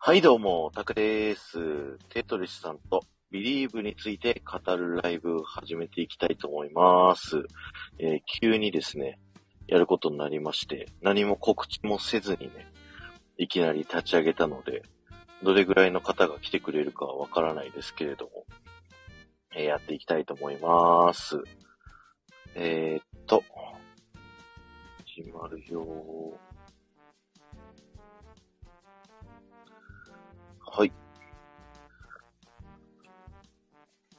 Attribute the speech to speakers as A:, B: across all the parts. A: はい、どうも、タクです。テトリスさんとビリーブについて語るライブ始めていきたいと思います。えー急にですね、やることになりまして、何も告知もせずにね、いきなり立ち上げたので、どれぐらいの方が来てくれるかはわからないですけれども、えーやっていきたいと思います。えー、っと、始まるよー。はい。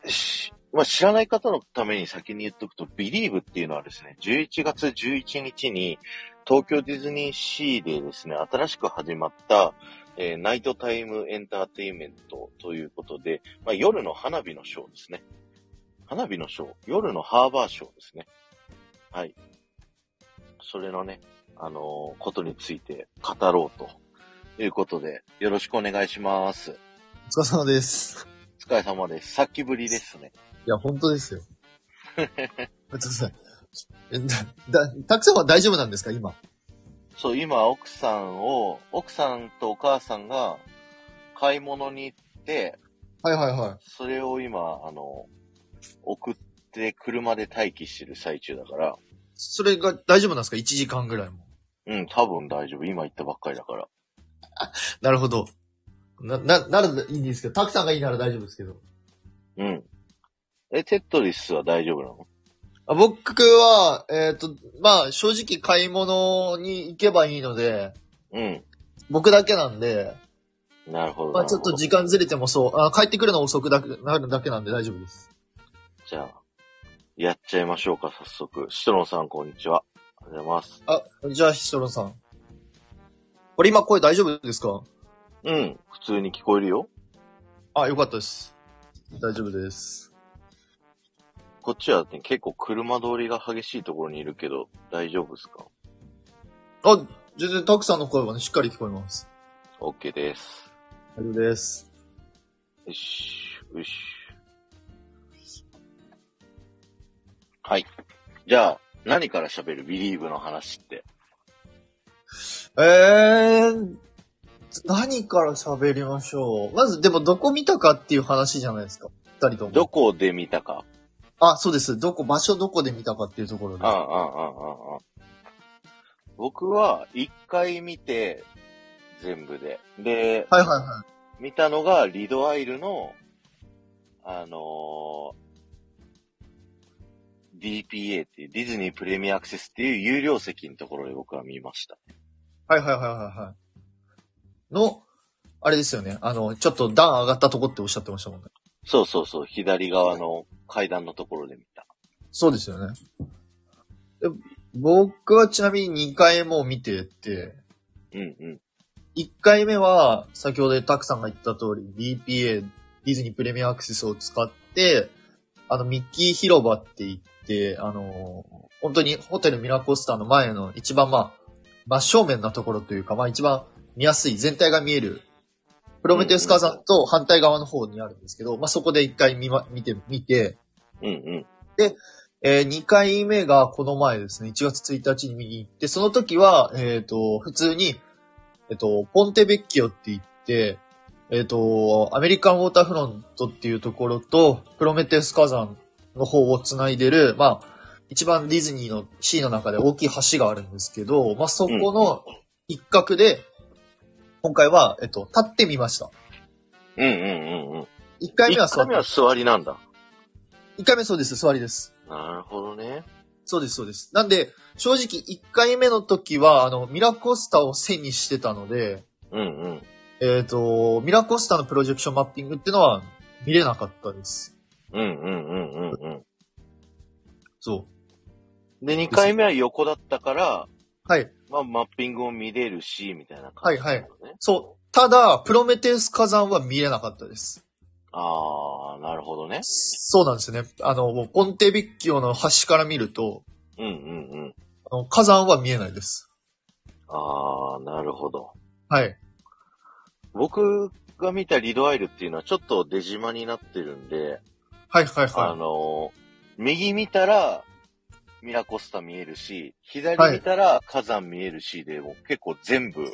A: し、まあ、知らない方のために先に言っとくと、ビリーブっていうのはですね、11月11日に東京ディズニーシーでですね、新しく始まった、えーナイトタイムエンターテインメントということで、まあ、夜の花火のショーですね。花火のショー、夜のハーバーショーですね。はい。それのね、あのーことについて語ろうということで、よろしくお願いします。
B: お疲れ様です。
A: お疲れ様です。さっきぶりですね。
B: いや、本当です よ。ごめんなさい。えだ、だ、たくさんは大丈夫なんですか、今。
A: そう、今、奥さんを、奥さんとお母さんが買い物に行って、
B: はいはいは
A: それを今、あの、送って車で待機してる最中だから、
B: い。それが大丈夫なんですか ?1 時間ぐらいも。
A: うん、多分大丈夫。今行ったばっかりだから。
B: なるほど。な、な、ならいいんですけど、たくさんがいいなら大丈夫ですけど。
A: うん。え、テッドリスは大丈夫なの
B: あ僕は、えっ、と、まあ、正直買い物に行けばいいので、
A: うん。
B: 僕だけなんで、
A: なるほど。
B: まあちょっと
A: なるほど
B: 時間ずれてもそう、あ帰ってくるの遅くだけ、なるだけなんで大丈夫です。
A: じゃあ、やっちゃいましょうか、早速。シトロンさん、こんにちは。おはようございます。
B: あ、じゃあ、ヒトロンさん。これ今声大丈夫ですか
A: うん、普通に聞こえるよ。
B: あ、よかったです。大丈夫です。
A: こっちは、ね、結構車通りが激しいところにいるけど、大丈夫ですか
B: あ、全然たくさんの声はね、しっかり聞こえます。
A: ?OK です。
B: 大丈夫です。
A: よし、よし。はい。じゃあ、何から喋るビリーブの話って。
B: えー、何から喋りましょう。まず、でもどこ見たかっていう話じゃないですか。二人とも。
A: どこで見たか。
B: あ、そうです。どこ、場所どこで見たかっていうところで
A: ああ、ああ、ああ、僕は、一回見て、全部で。で、
B: はいはいは
A: 見たのが、リドアイルの、あのー DPA っていう、ディズニープレミアアクセスっていう有料席のところで僕は見ました。
B: い。はいはいはいはいはい。の、あれですよね。あの、ちょっと段上がったとこっておっしゃってましたもんね。
A: そうそうそう、左側の階段のところで見た。
B: そうですよね。え僕はちなみに2回も見てて、
A: うんうん。
B: 一回目は、先ほどタクさんが言った通り、DPA、ディズニープレミアアクセスを使って、あの、ミッキー広場って言って、あの、本当にホテルミラコスタの前の一番まあ、真正面なところというか、まあ一番見やすい、全体が見える、プロメテウス火山と反対側の方にあるんですけど、まあそこで一回見ま、見て、見て、
A: うんうん。
B: えー、2回目がこの前ですね、1月1日に見に行って、その時は、えっ、と、普通に、えっ、と、ポンテベッキオって言って、えっ、と、アメリカンウォーターフロントっていうところと、プロメテウス火山の方を繋いでる、まあ、一番ディズニーのシーの中で大きい橋があるんですけど、まあ、そこの一角で、今回は、えっ、と、立ってみました。
A: うんうんうんうん。
B: 1回目は
A: 一
B: 座
A: 回
B: り
A: 目は座りなんだ。
B: 1回目そうです、座りです。
A: なるほどね。
B: そうです、そうです。なんで、正直1回目の時は、あの、ミラコスタを背にしてたので、
A: うんうん。
B: えっ、と、ミラコスタのプロジェクションマッピングってのは見れなかったです。
A: うんうんうんうんうん。
B: そう。
A: で、二回目は横だったから、
B: はい。
A: まあ、マッピングを見れるし、みたいな感じ、ね。
B: はいそう。ただ、プロメテウス火山は見れなかったです。
A: あー、なるほどね。
B: そうなんですよね。あの、もうポンテビッキオの端から見ると、
A: うんうんうん。
B: あの火山は見えないです。
A: あー、なるほど。
B: はい。
A: 僕が見たリドアイルっていうのはちょっと出島になってるんで、
B: はい、はい、
A: あ
B: は
A: のー右見たら、ミラコスタ見えるし、左見たら火山見えるしで、もう結構全部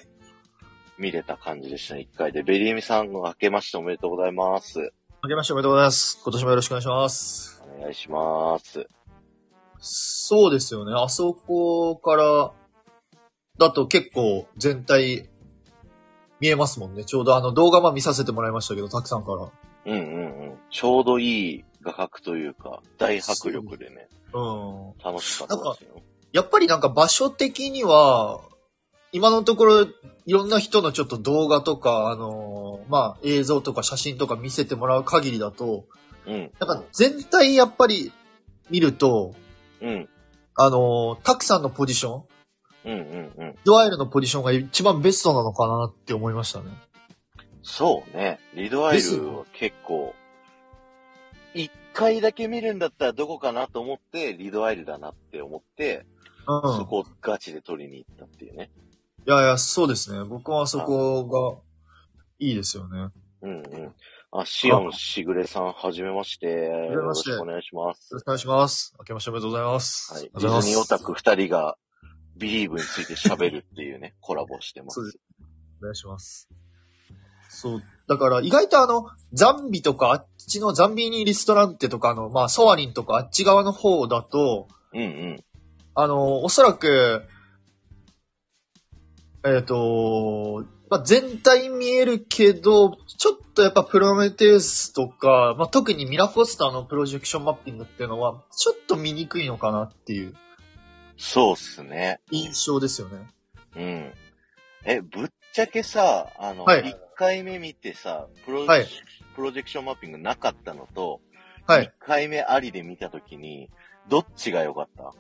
A: 見れた感じでしたね、1回で。ベリーミさんの明けましておめでとうございます。
B: あけましておめでとうございます。今年もよろしくお願いします。
A: お願いします。
B: そうですよね。あそこから、だと結構全体見えますもんね。ちょうどあの動画も見させてもらいましたけど、たくさんから。
A: うんうんうん。ちょうどいい画角というか、大迫力でね、
B: うん。
A: 楽しかったですよ。
B: やっぱりなんか場所的には、今のところいろんな人のちょっと動画とか、あのーまあ映像とか写真とか見せてもらう限りだと、
A: うん。
B: なんか全体やっぱり見ると、
A: うん。
B: あのーたくさんのポジション、
A: うんうんうん。
B: ドアイルのポジションが一番ベストなのかなって思いましたね。
A: そうね。リドアイルは結構、一回だけ見るんだったらどこかなと思って、リドアイルだなって思って、
B: う
A: そ
B: ん。
A: こをガチで取りに行ったっていうね。
B: いやいや、そうですね。僕はそこがいいですよね。
A: うんうん。あ、シオンしぐれさん、はじめまして。
B: めまして
A: よろしくお願いします
B: よろ。しくお願いします。明けましておめでとうございます。
A: はい。
B: あ
A: デ
B: りがとうご
A: ィズ
B: ざい
A: ニー
B: ま
A: オ
B: す
A: タク二人が、ビリーブについて喋るっていうね、コラボしてま。
B: そうですお願いします。そう。だから、意外とあの、ザンビとか、あっちのザンビーニーリストランテとかあの、まあ、ソアリンとかあっち側の方だと、
A: うんうん。
B: あの、おそらく、えっ、と、まあ、全体見えるけど、ちょっとやっぱプロメテウスとか、まあ、特にミラコスターのプロジェクションマッピングっていうのは、ちょっと見にくいのかなっていう
A: そうっすね。
B: 印象ですよね。
A: うん。え、ぶっちゃけさ、あの、一、
B: はい
A: 回目見てさ、プロ、
B: はい
A: プロジェクションマッピングなかったのと、
B: はい。
A: 一回目ありで見たときに、どっちが良かった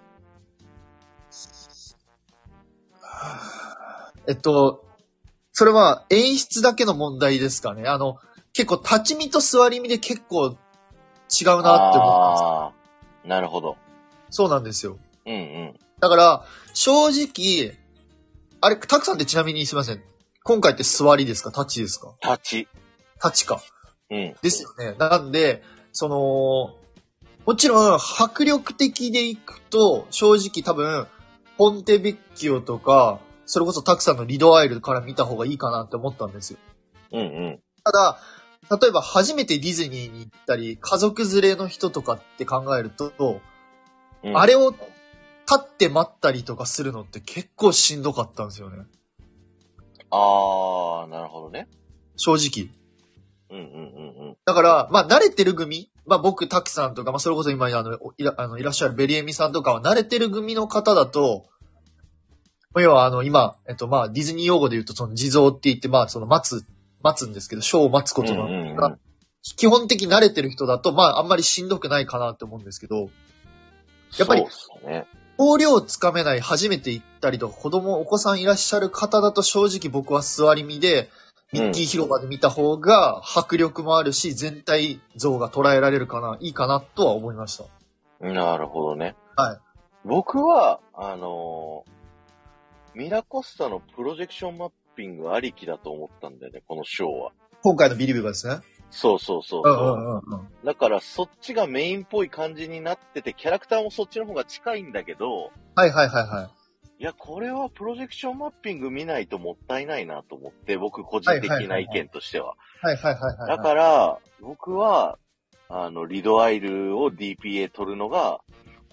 B: えっと、それは演出だけの問題ですかね。あの、結構立ち見と座り見で結構違うなって思ったんで
A: あーなるほど。
B: す。そうなんですよ。
A: うんうん。
B: だから、正直、あれ、たくさんってちなみにすいません。今回って座りですか立ちですか
A: 立ち。
B: 立ちか。
A: うん。
B: ですよね。なんで、その、もちろん迫力的でいくと、正直多分、ポンテベッキオとか、それこそたくさんのリドアイルから見た方がいいかなって思ったんですよ。
A: うんうん。
B: ただ、例えば初めてディズニーに行ったり、家族連れの人とかって考えると、
A: うん
B: あれを立って待ったりとかするのって結構しんどかったんですよね。
A: あー、なるほどね。
B: 正直。
A: うんうんうんうん。
B: だから、まあ慣れてる組、まあ僕、たくさんとか、まあそれこそ今あのいらあのいらっしゃるベリエミさんとかは慣れてる組の方だと、まあ要はあの今、えっとまあディズニー用語で言うとその地蔵って言ってまあその待つ、待つんですけど、ショーを待つことなん
A: うん
B: で
A: う
B: す
A: んう
B: が、
A: ん
B: 基本的に慣れてる人だと、まああんまりしんどくないかなって思うんですけど、やっぱり
A: そうっすね。
B: 香料をつかめない、初めて行ったりとか、子供、お子さんいらっしゃる方だと正直僕は座り身で、ミッキー広場で見た方が迫力もあるし、全体像が捉えられるかな、いいかなとは思いました。
A: なるほどね。
B: はい。
A: 僕は、あのーミラコスタのプロジェクションマッピングありきだと思ったんだよね、このショーは。
B: 今回のビリビがですね。
A: そうそうそう
B: う
A: そ
B: ん
A: う。
B: うんうんうん。
A: だから、そっちがメインっぽい感じになってて、キャラクターもそっちの方が近いんだけど、
B: はいはいはいは
A: い
B: い。
A: や、これはプロジェクションマッピング見ないともったいないなと思って、僕個人的な意見としては。
B: はいはいはいは
A: だ
B: い、
A: から、僕は、あの、リドアイルを DPA 取るのが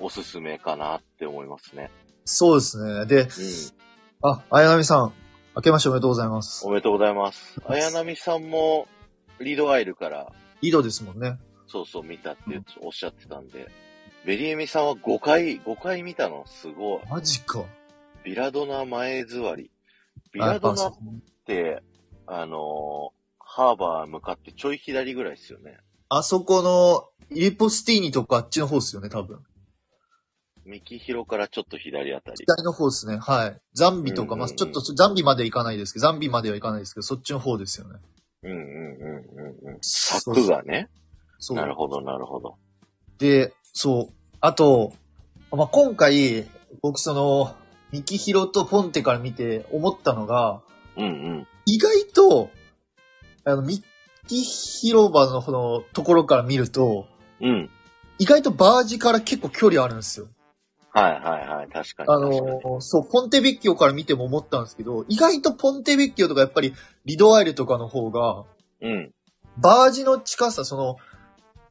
A: おすすめかなって思いますね。
B: そうですね。で、
A: う
B: あ、綾波さん、明けましておめでとうございます
A: ん。お。めでとうございます。綾波さんも、リドアイルから、
B: 井戸ですもんね。
A: そうそう見たって言うおっしゃってたんで、ベリエミさんは5回、5回見たの、すごい。
B: マジか。
A: ビラドナ前座り。ビ
B: あや
A: ラ
B: っ
A: ド
B: ぱ
A: ナっ
B: そ
A: て、あのーハーバー向かってちょい左ぐらいですよね。
B: あそこの、イリポスティーニとかあっちの方ですよね、多分。
A: ミキヒロからちょっと左あたり。
B: 左の方ですね。はい。ザンビ
A: う
B: とか、
A: んうんうん
B: まあちょっとザンビまで行かないですけど、ザンビまでは行かないですけど、そっちの方ですよね。
A: うんうんうんうんうん。
B: そう
A: 柵がね。
B: そう
A: なるほどなるほど。
B: で、そう。あと、まあ今回、僕その、ミキヒロとポンテから見て思ったのが、
A: うんうん。
B: 意外と、あの、ミキ広場のこのところから見ると、
A: うん。
B: 意外とバージから結構距離あるんですよ。
A: はいはいはい。確かに。
B: あの
A: 確かに
B: ーそう、ポンテビッキオから見ても思ったんですけど、意外とポンテビッキオとかやっぱりリドアイルとかの方が、
A: うん。
B: バージの近さ、その、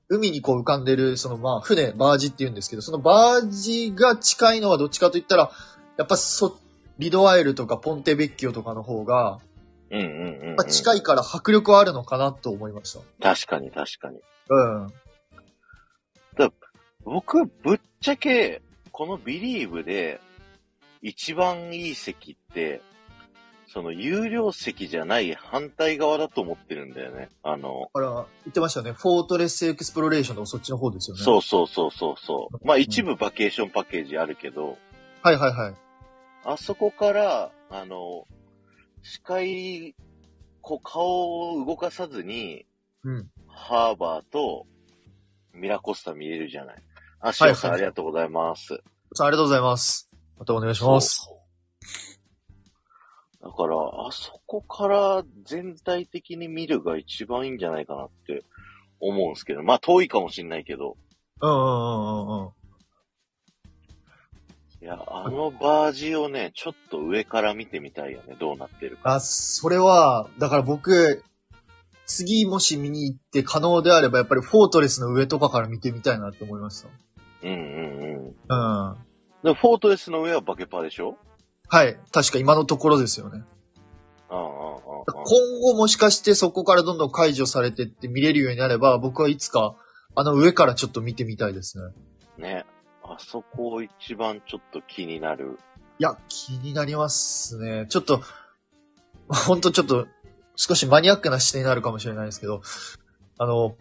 B: 海にこう浮かんでる、そのまあ船、バージって言うんですけど、そのバージが近いのはどっちかと言ったら、やっぱそ、リドアイルとかポンテベッキオとかの方が、
A: うんうんうん、うん。
B: まあ、近いから迫力はあるのかなと思いました。
A: 確かに確かに。
B: うん。
A: 僕はぶっちゃけ、このビリーブで、一番いい席って、その有料席じゃない反対側だと思ってるんだよね。あの、
B: あら、言ってましたよね。フォートレスエクスプロレーションとかそっちの方ですよね。う。
A: そうそうそうそうそう。まあ一部バケーションパッケージあるけど、
B: はいはいはい。
A: あそこから、あの、視界、こう顔を動かさずに、
B: うん。
A: ハーバーとミラコスタ見れるじゃない。あ、しおさん、
B: は
A: あ
B: い
A: りがとうございます。
B: さんありがとうございます。またお願いします。
A: だから、あそこから全体的に見るが一番いいんじゃないかなって思うんですけど、まあ遠いかもしんないけど、
B: うんうんうんうんうん。
A: いや、あのバージをね、ちょっと上から見てみたいよね、どうなってるか。
B: あ、それは、だから僕、次もし見に行って可能であれば、やっぱりフォートレスの上とかから見てみたいなって思いまし
A: うんうんうん。
B: た。うん。
A: で、フォートレスの上はバケパーでしょ
B: はい。確か今のところですよね。
A: うんうんうんうん。
B: 今後もしかしてそこからどんどん解除されてって見れるようになれば、僕はいつか、あの上からちょっと見てみたいですね。
A: ね。あそこ一番ちょっと気になる。
B: いや、気になりますね。ちょっと、ほんとちょっと、少しマニアックな視点になるかもしれないですけど、あの、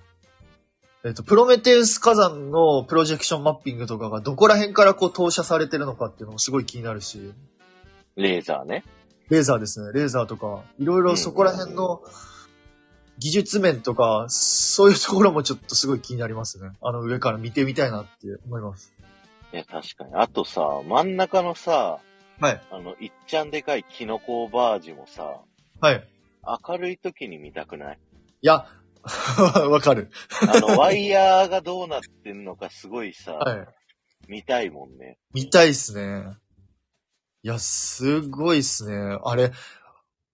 B: えっ、と、プロメテウス火山のプロジェクションマッピングとかがどこら辺からこう投射されてるのかっていうのもすごい気になるし、
A: レーザーね。
B: レーザーですね、レーザーとか、いろいろそこら辺の技術面とか、そういうところもちょっとすごい気になりますね。あの上から見てみたいなって思います。
A: いや、確かに。あとさ、真ん中のさ、
B: はい。
A: あの、いっちゃんでかいキノコバージもさ、
B: はい。
A: 明るい時に見たくない
B: いや、 わかる。
A: あの、ワイヤーがどうなってんのかすごいさ、
B: はい。
A: 見たいもんね。
B: 見たいっすね。いや、すごいっすね。あれ、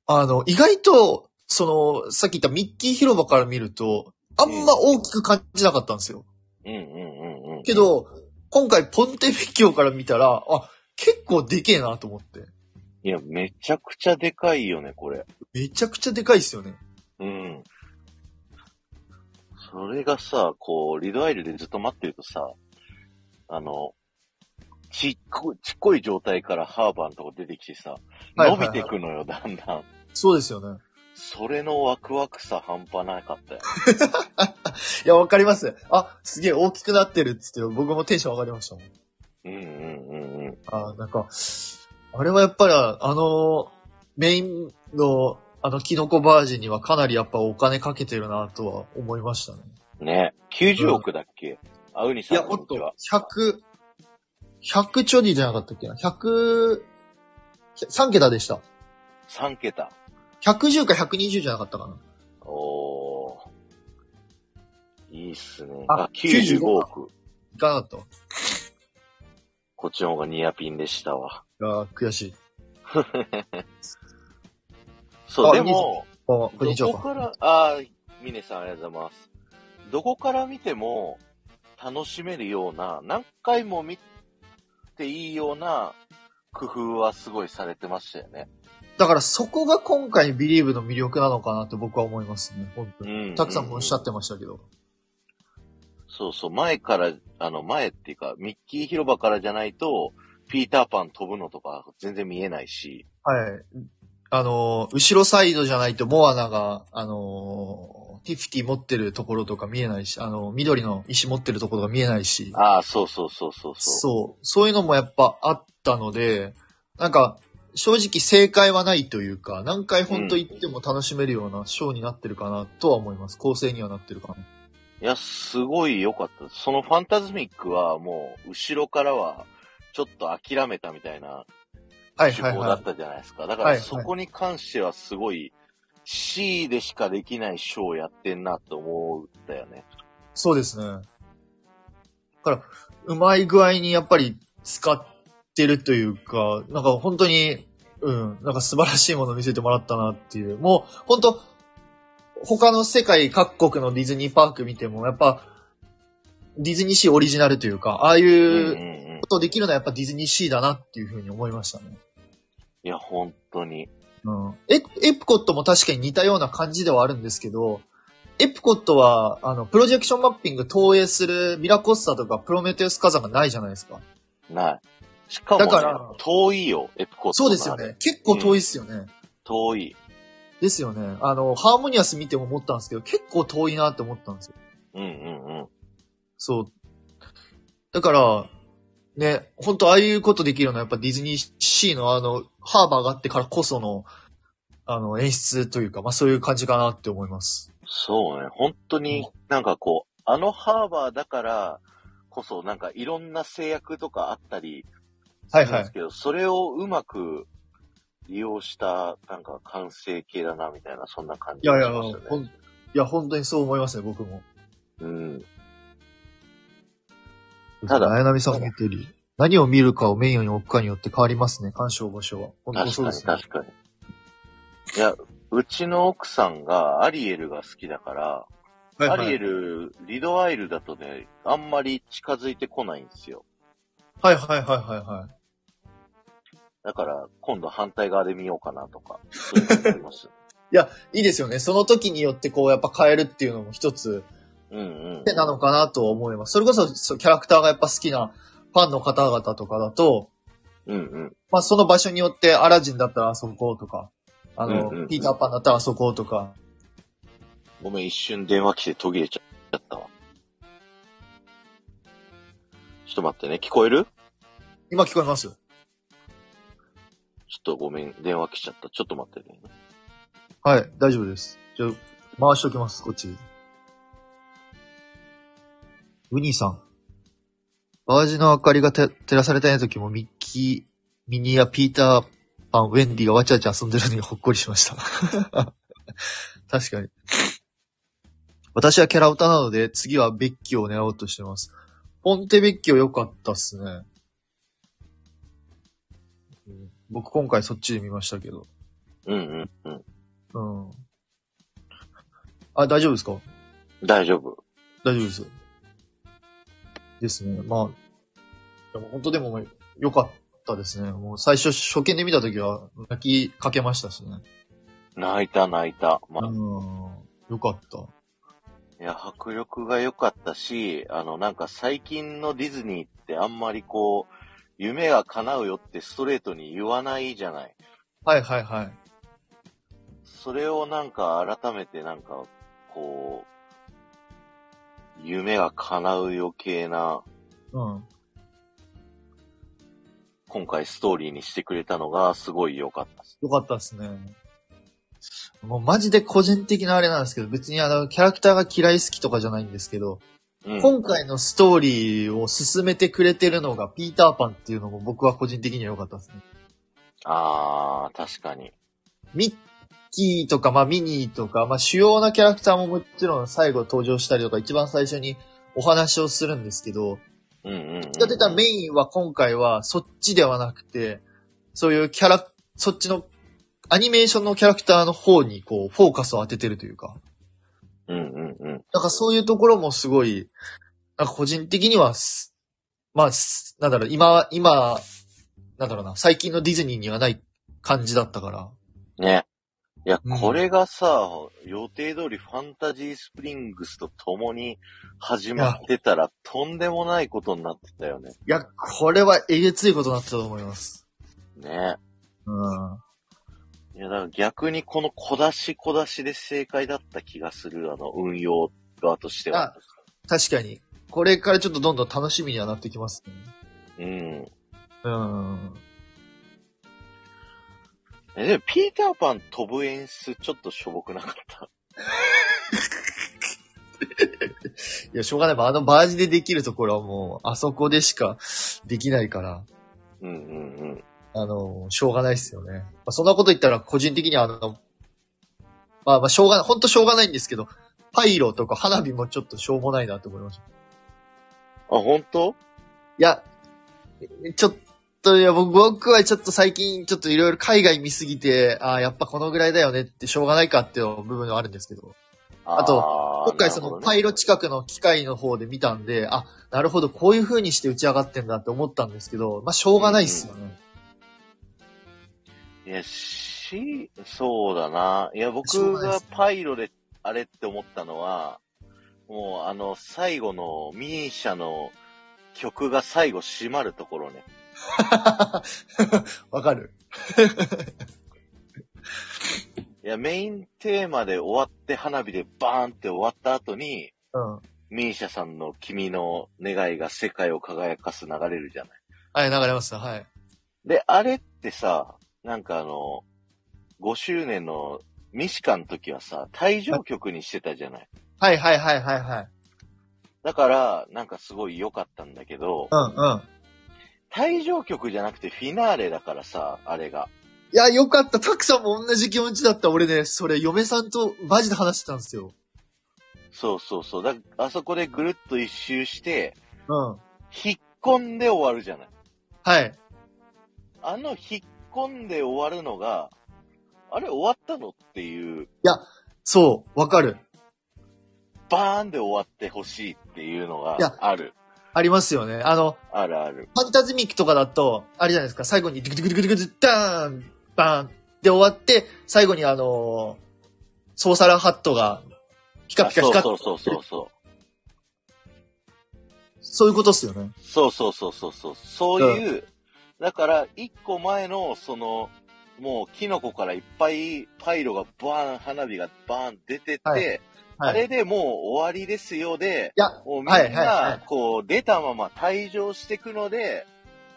B: あの、意外と、その、さっき言ったミッキー広場から見ると、あんま大きく感じなかったんですよ。
A: うんうんうんうん。
B: けど、今回ポンテベッキオから見たら、あ、結構でけえなと思って。
A: いや、めちゃくちゃでかいよね、これ。
B: めちゃくちゃでかいっすよね。
A: うん。それがさ、こう、リドアイルでずっと待ってるとさ、あの、ちっこ、ちっこい状態からハーバーのとこ出てきてさ、
B: はい
A: 伸
B: はいは
A: び
B: い
A: てくのよ、だんだん。
B: そうですよね。
A: それのワクワクさ半端なかったよ。
B: いや、わかります。あ、すげえ大きくなってるっつって、僕もテンション上がりましたもん。
A: うんうんうんうん。
B: あーなんか、あれはやっぱり、あの、メインの、あの、キノコバージンにはかなりやっぱお金かけてるなとは思いましたね。
A: ね。90億だっけ、あうにさ
B: い
A: ん、
B: や、も
A: こん
B: っ
A: にちは
B: と、100、100ちょりじゃなかったっけな ?100、3桁でした。
A: 3桁。
B: 110か120じゃなかったかな
A: おー。いいっすね。
B: あ
A: あ、95
B: 95
A: 億。
B: いかなかった
A: こっちの方がニアピンでしたわ。
B: わ。いやー、悔しい。
A: そう、
B: あ
A: でも、
B: あー、こんにち
A: どこか
B: は。
A: ら、あー、ミネさんありがとうございます。どこから見ても楽しめるような、何回も見ていいような工夫はすごいされてましたよね。
B: だからそこが今回ビリーブの魅力なのかなと僕は思いますね。本当に。
A: うん
B: たくさんもおっしゃ
A: う
B: ってましたけど。
A: そうそう、前から、あの、前っていうか、ミッキー広場からじゃないと、ピーターパン飛ぶのとか全然見えないし、
B: はい。あのー、後ろサイドじゃないとモアナが、あのー、ティフティ持ってるところとか見えないし、あのー、緑の石持ってるところが見えないし、
A: ああ、そうそうそうそうそう。
B: そう、そういうのもやっぱあったので、なんか、正直正解はないというか、何回本当行っても楽しめるようなショーになってるかなとは思います。構成にはなってるかな。
A: いや、すごい良かった。そのファンタズミックはもう、後ろからは、ちょっと諦めたみたいな
B: はい
A: 手
B: はい
A: 法だ
B: は
A: ったじゃないですか。だか
B: はい
A: ら
B: はい
A: そこに関してはすごい、C でしかできないショーやってんなと思ったよね。
B: い。そうですね。だから、うまい具合にやっぱり、使ってるというか、なんか本当に、うん、なんか素晴らしいものを見せてもらったなっていう。もう、本当他の世界各国のディズニーパーク見ても、やっぱ、ディズニーシーオリジナルというか、ああい
A: うんうん
B: う
A: うん
B: こ。とできるのはやっぱディズニーシーだなっていうふうに思いましたね。
A: いや、本当に。
B: うん。エエプコットも確かに似たような感じではあるんですけど、エプコットは、あの、プロジェクションマッピング投影するミラコスタとかプロメテウス火山がないじゃないですか。
A: ない。しかも、ね、
B: だから
A: 遠いよ、エプコット。
B: そうですよ。ね。結構遠いっすよね。
A: 遠い。
B: ですよね。あの、ハーモニアス見ても思ったんですけど、結構遠いなって思ったんですよ。
A: うんうんうん。
B: そう。だから、ね、本当ああいうことできるのはやっぱディズニーシーのあの、ハーバーがあってからこその、あの、演出というか、まあそういう感じかなって思います。
A: そうね。本当になんかこう、あのハーバーだからこそ、なんかいろんな制約とかあったり
B: は
A: す
B: い
A: るん
B: は
A: です
B: い。
A: けど、それをうまく利用した、なんか完成形だな、みたいな、そんな感
B: い
A: じ
B: やい
A: が
B: や、
A: しましたね。
B: ほん、いや、本当にそう思いますね、僕も。
A: うん。ただ
B: 綾波さんが言ったより、何を見るかをメインに置くかによって変わりますね、鑑賞場所は。本当
A: 確
B: そう
A: か
B: で
A: に、確
B: すね。
A: かに。いや、うちの奥さんがアリエルが好きだから、
B: はい
A: アリエル、リドアイルだとね、あんまり近づいてこないんですよ。
B: はいはいはいはいはい。
A: だから、今度反対側で見ようかなとか、そういうのになり ます。
B: いいですよね。その時によってこう、やっぱ変えるっていうのも一つ
A: うんうん。
B: 手なのかなとは思います。それこそ、そうキャラクターがやっぱ好きなファンの方々とかだと、
A: うんうん。
B: まあその場所によってアラジンだったらあそことか、あの、
A: うんうんうん
B: ピーターパンだったらあそことか。
A: ごめん、一瞬電話来て途切れちゃったわ。ちょっと待ってね、聞こえる
B: 今聞こえます
A: ちょっとごめん、電話来ちゃった。ちょっと待ってね。
B: はい、大丈夫です。じゃあ、回しておきます、こっち。ウニーさん。バージの明かりがて照らされてない時もミッキー、ミニーやピーターパン、ウェンディがわちゃわちゃ遊んでるのにほっこりしました。 確かに。私はキャラ歌なので、次はベッキーを狙おうとしてます。ポンテベッキー良かったっすね。うん僕今回そっちで見ましたけど。
A: うんうんうん。
B: うん。あ、大丈夫ですか
A: 大丈夫。
B: 大丈夫です。ですね。まあ、でも本当でも良かったですね。もう最初初見で見たときは泣きかけましたしね。
A: 泣いた泣いた。まあ
B: うん。良かった。
A: いや、迫力が良かったし、あの、なんか最近のディズニーってあんまりこう、夢が叶うよってストレートに言わないじゃない。
B: はいはいはい。
A: それをなんか改めてなんか、こう、夢が叶うよ系な、
B: うん。
A: 今回ストーリーにしてくれたのがすごい良かったです。
B: 良かったですね。もうマジで個人的なあれなんですけど、別にあの、キャラクターが嫌い好きとかじゃないんですけど、
A: うん。
B: 今回のストーリーを進めてくれてるのがピーターパンっていうのも僕は個人的には良かったですね。
A: あー、確かに。
B: ミッキーとか、まあ、ミニーとか、まあ、主要なキャラクターももちろん最後登場したりとか、一番最初にお話をするんですけど、
A: うんうん、うん。
B: 出てたメインは今回はそっちではなくて、そういうキャラ、そっちのアニメーションのキャラクターの方にこう、フォーカスを当ててるというか、
A: うんうんうん。
B: なんかそういうところもすごい、なんか個人的にはす、まあ、すなんだろう、今、今、なんだろうな、最近のディズニーにはない感じだったから、
A: ね。いや、
B: うん
A: これがさ、予定通りファンタジースプリングスと共に始まってたら、とんでもないことになってたよね。
B: いや、これはえげついことになってたと思います。
A: ね。
B: うん。
A: いや、だから逆にこの小出し小出しで正解だった気がする、あの、運用側としては。
B: 確かに。これからちょっとどんどん楽しみにはなってきますね。
A: うん。
B: うん。
A: え、でも、ピーターパン飛ぶ演出ちょっとしょぼくなかった。
B: いや、しょうがない。あのバージでできるところはもう、あそこでしかできないから、
A: うんうんうん。
B: あの、しょうがないっすよね。まあ、そんなこと言ったら、個人的にはあの、まあまあ、しょうがない、ほんとしょうがないんですけど、パイロとか花火もちょっとしょうもないなって思いました。い
A: あ、本当
B: や、ちょっと、いや、僕僕はちょっと最近、ちょっといろいろ海外見すぎて、ああ、やっぱこのぐらいだよねってしょうがないかっていう部分はあるんですけど。
A: あ
B: と
A: と
B: 今回そのパイロ近くの機械の方で見たんで、あ、なるほど、こういう風にして打ち上がってんだって思ったんですけど、まあ、しょうがないっすよね。
A: いや、し、そうだな。いや、
B: しょ
A: 僕
B: うがない
A: が
B: っすね
A: パイロで、あれって思ったのは、もうあの、最後のミーシャの曲が最後閉まるところね。
B: わかる
A: いや、メインテーマで終わって花火でバーンって終わった後に、
B: うん。
A: ミーシャさんの君の願いが世界を輝かす流れるじゃない。
B: はい、流れます。はい。
A: で、あれってさ、なんかあの、5周年のミシカの時はさ、退場曲にしてたじゃない。
B: はいはいはいはいはい。
A: だから、なんかすごい良かったんだけど、
B: うんうん。
A: 退場曲じゃなくてフィナーレだからさ、あれが。
B: いや、よかった。たくさんも同じ気持ちだった。俺ね、それ、嫁さんとマジで話してたんですよ。
A: そうそうそう。だあそこでぐるっと一周して、
B: うん。
A: 引っ込んで終わるじゃない。
B: はい。
A: あの引っ込んで終わるのが、あれ終わったのっていう、
B: そう、わかる。
A: バーンで終わってほしいっていうのが
B: いや
A: ある。
B: ありますよね。あの、
A: あるある。
B: ファンタズミックとかだと、あれじゃないですか、最後にドゥクドゥクドゥクドゥクドゥクダーン、バーンで終わって、最後にあのーソーサラハットが、ピカ
A: あ
B: ピカ
A: そう
B: 光っ
A: そうそうそうそう。
B: そういうことっすよね。
A: そうそうそうそうそう。そういう、だから、一個前の、その、もう、キノコからいっぱい、パイロがバーン、花火がバーン出てって、
B: はいはい。
A: あれでもう終わりですよで、
B: いや、
A: もうみん
B: はいはいは
A: な、こう、出たまま退場してくので、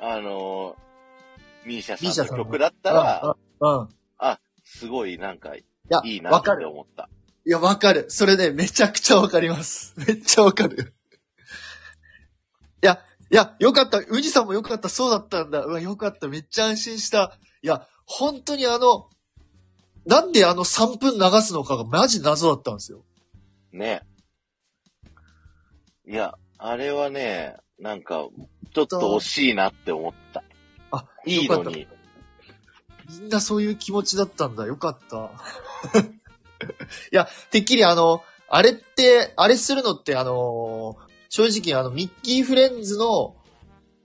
A: あのー、ミーシャさんの曲だったら、
B: うん、うん。
A: すごいなんか、い
B: いや、
A: いな
B: わ
A: っ
B: か
A: て
B: る。
A: 思った。
B: いや、わかる。それね、めちゃくちゃわかります。 めっちゃわかる。いや、いや、よかった。宇治さんもよかった。そうだったんだ。うわ、よかった。めっちゃ安心した。いや、本当にあの、なんであの3分流すのかがマジ謎だったんですよ。
A: ね。いや、あれはね、なんか、ちょっと惜しいなって思った。
B: あ、
A: いい
B: よ
A: の
B: かった。
A: に。
B: みんなそういう気持ちだったんだ。よかった。 いや、てっきりあの、あれって、あれするのってあのー正直あの、ミッキーフレンズの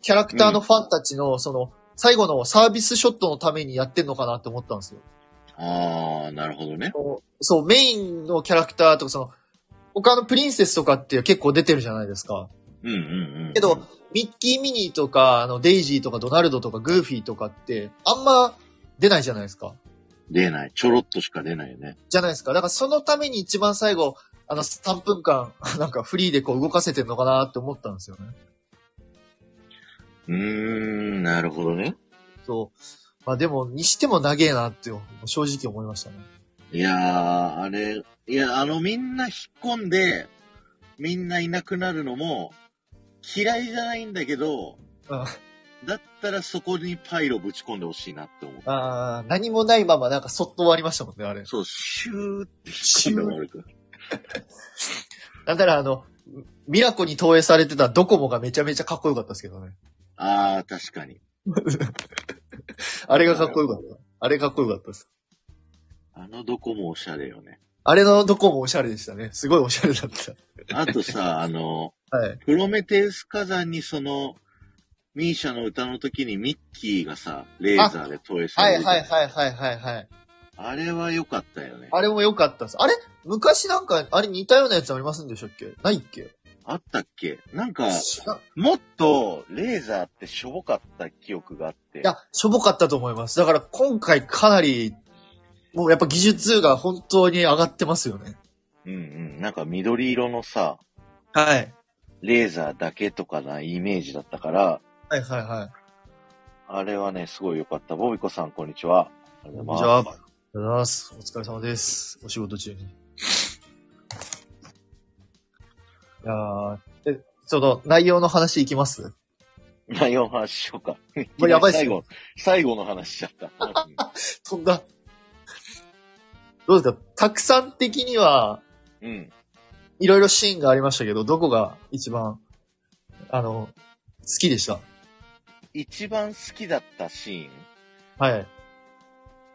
B: キャラクターのファンたちの、その、最後のサービスショットのためにやってんのかなって思ったんですよ。
A: ああ、なるほどね。
B: そう、メインのキャラクターとか、その、他のプリンセスとかって結構出てるじゃないですか。
A: うんうんうん。
B: けど、ミッキー・ミニーとか、あの、デイジーとか、ドナルドとか、グーフィーとかって、あんま出ないじゃないですか。
A: 出ない。ちょろっとしか出ないよね。
B: じゃないですか。だからそのために一番最後、あの3分間、 なんかフリーでこう動かせてんのかなって思ったんですよね。
A: うーん、なるほどね。
B: そう。まあでも、にしても長えなって、正直思いましたね。
A: いやー、あれ、いや、あのみんな引っ込んで、みんないなくなるのも、嫌いじゃないんだけど、
B: うん
A: だったらそこにパイロぶち込んでほしいなって思う。
B: あー何もないままなんかそっと終わりましたもんね、あれ。
A: そう、シューって引っ込んで終わるから
B: なんならあの、ミラコに投影されてたドコモがめちゃめちゃかっこよかったですけどね。
A: あー、確かに。
B: あれがかっこよかった。あれかっこよかったです。
A: あのどこもおしゃれよね。
B: あれのドコモおしゃれでしたね。すごいおしゃれだった。
A: あとさ、あの、
B: はい。
A: プロメテウス火山にその、ミーシャの歌の時にミッキーがさ、レーザーで投影さ
B: は
A: れ
B: い
A: るじゃん
B: はいはいはいはいはい。
A: あれは良かったよね。あ
B: あれも良かったです。あれ昔なんか、あれ似たようなやつありますんでしたっけないっけ
A: ったっけなんか、
B: な
A: もっと、レーザーってしょぼかった記憶があって。
B: いや、しょぼかったと思います。だから今回かなり、もうやっぱ技術が本当に上がってますよね。
A: うんうん。なんか緑色のさ、
B: はい。
A: レーザーだけとかなイメージだったから、
B: はいはいはい。
A: あれはね、すごい良かった。ボビコさん、こんにちは。ありがとうござい
B: こ
A: ま
B: ん
A: す
B: にち。ありがとうございます。お疲れ様です。お仕事中に。いやー、え、その内容の話いきます
A: 内容の話しようか。
B: もう やばいっす
A: 最
B: よ
A: 後、最後の話しちゃった。
B: 飛んだ。どうですかたくさん的には、
A: うんうん。
B: いろいろシーンがありましたけど、どこが一番、あの、好きでした
A: 一番好きだったシ
B: はい。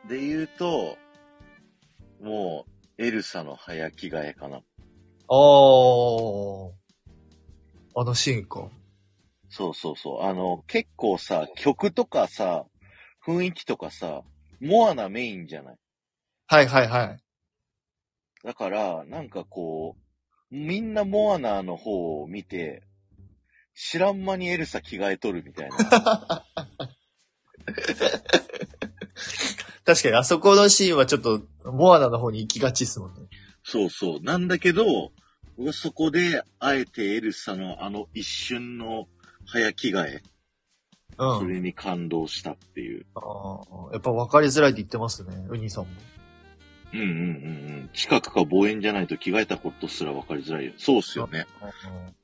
A: ーンで言うと、もう、エルサの早着替えかな。
B: あー。あのシーンか。
A: そうそうそう。あの、結構さ、曲とかさ、雰囲気とかさ、モアナメインじゃない。
B: はいはいはい。
A: だから、なんかこう、みんなモアナの方を見て、知らん間にエルサ着替えとるみたいな。
B: 確かにあそこのシーンはちょっと、モアナの方に行きがちですもんね。
A: そうそう。なんだけど、僕はそこで、あえてエルサのあの一瞬の早着替え、
B: う
A: そ
B: ん。
A: れに感動したっていう。
B: あーやっぱ分かりづらいって言ってますね、ウニさんも。
A: うんうんうんうん。近くか望遠じゃないと着替えたことすら分かりづらいよ。そうっすよね。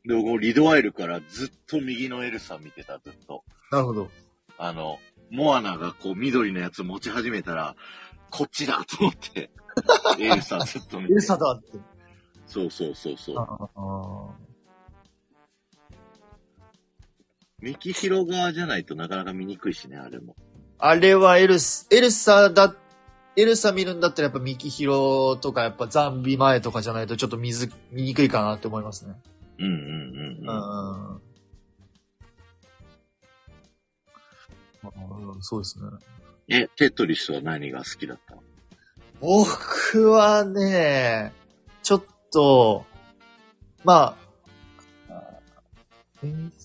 A: で、僕もリドワイルからずっと右のエルサ見てた、ずっと。
B: なるほど。
A: あの、モアナがこう緑のやつ持ち始めたら、こっちだと思 って、エルサずっと見
B: エ
A: て。
B: ルサだって。
A: そうそうそうそう。
B: あー
A: ミキヒロ側じゃないとなかなか見にくいしね、あれも。
B: あれはエルス、エルサだ、エルサ見るんだったらやっぱミキヒロとかやっぱザンビ前とかじゃないとちょっと見ず、見にくいかなって思いますね。
A: うんうんうん
B: う
A: うん。
B: ん。うんそうですね。
A: え、テトリスは何が好きだった
B: 僕はね、ちょっと、まあ、あー演出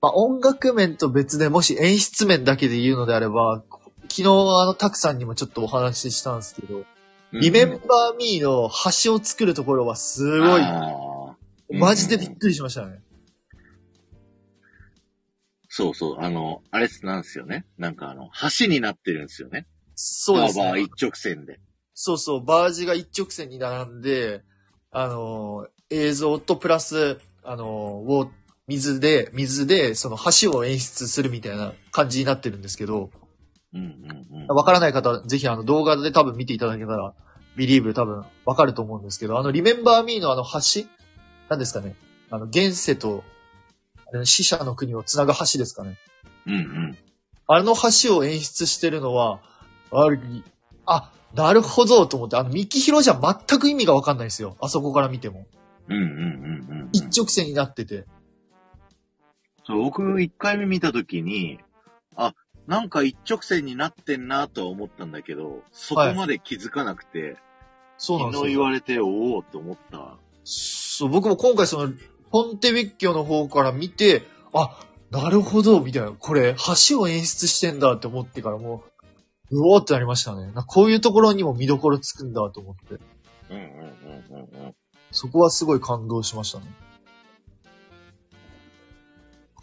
B: まあ音楽面と別でもし演出面だけで言うのであれば、こ昨日あのタクさんにもちょっとお話ししたんですけど、リメンバーミーの橋を作るところはすごい、
A: あー
B: マジでびっくりしましたね。
A: そうそう、あの、あれなんですよね。なんかあの、橋になってるんですよね。
B: そうです
A: バーバー
B: ね。
A: 一直線で。
B: そうそう、バージが一直線に並んで、あのー、映像とプラス、あのー、を水で、水で、その橋を演出するみたいな感じになってるんですけど、
A: うんうんうん。
B: わからない方はぜひあの動画で多分見ていただけたら、ビリーブ多分わかると思うんですけど、あの、リメンバーミーのあの橋なんですかねあの、現世と、あれ死者の国をつなぐ橋ですかね
A: うんうん。
B: あの橋を演出してるのは、ある、あ、なるほどと思って、あの、ミキヒロじゃ全く意味がわかんないですよ。あそこから見ても。
A: うんうんうんうん。
B: 一直線になってて。
A: そう、僕、一回目見たときに、あ、なんか一直線になってんなとは思ったんだけど、そこまで気づかなくて、
B: そうなんで
A: 昨
B: す
A: 日言
B: よ。
A: われて、おおと思った。
B: そう、僕も今回その、ポンテビッキョの方から見て、あ、なるほど、みたいな。これ、橋を演出してんだって思ってからもう、うおーってなりましたね。なんかこういうところにも見どころつくんだと思って。
A: うんうんうんうんうん。
B: そこはすごい感動しましたね。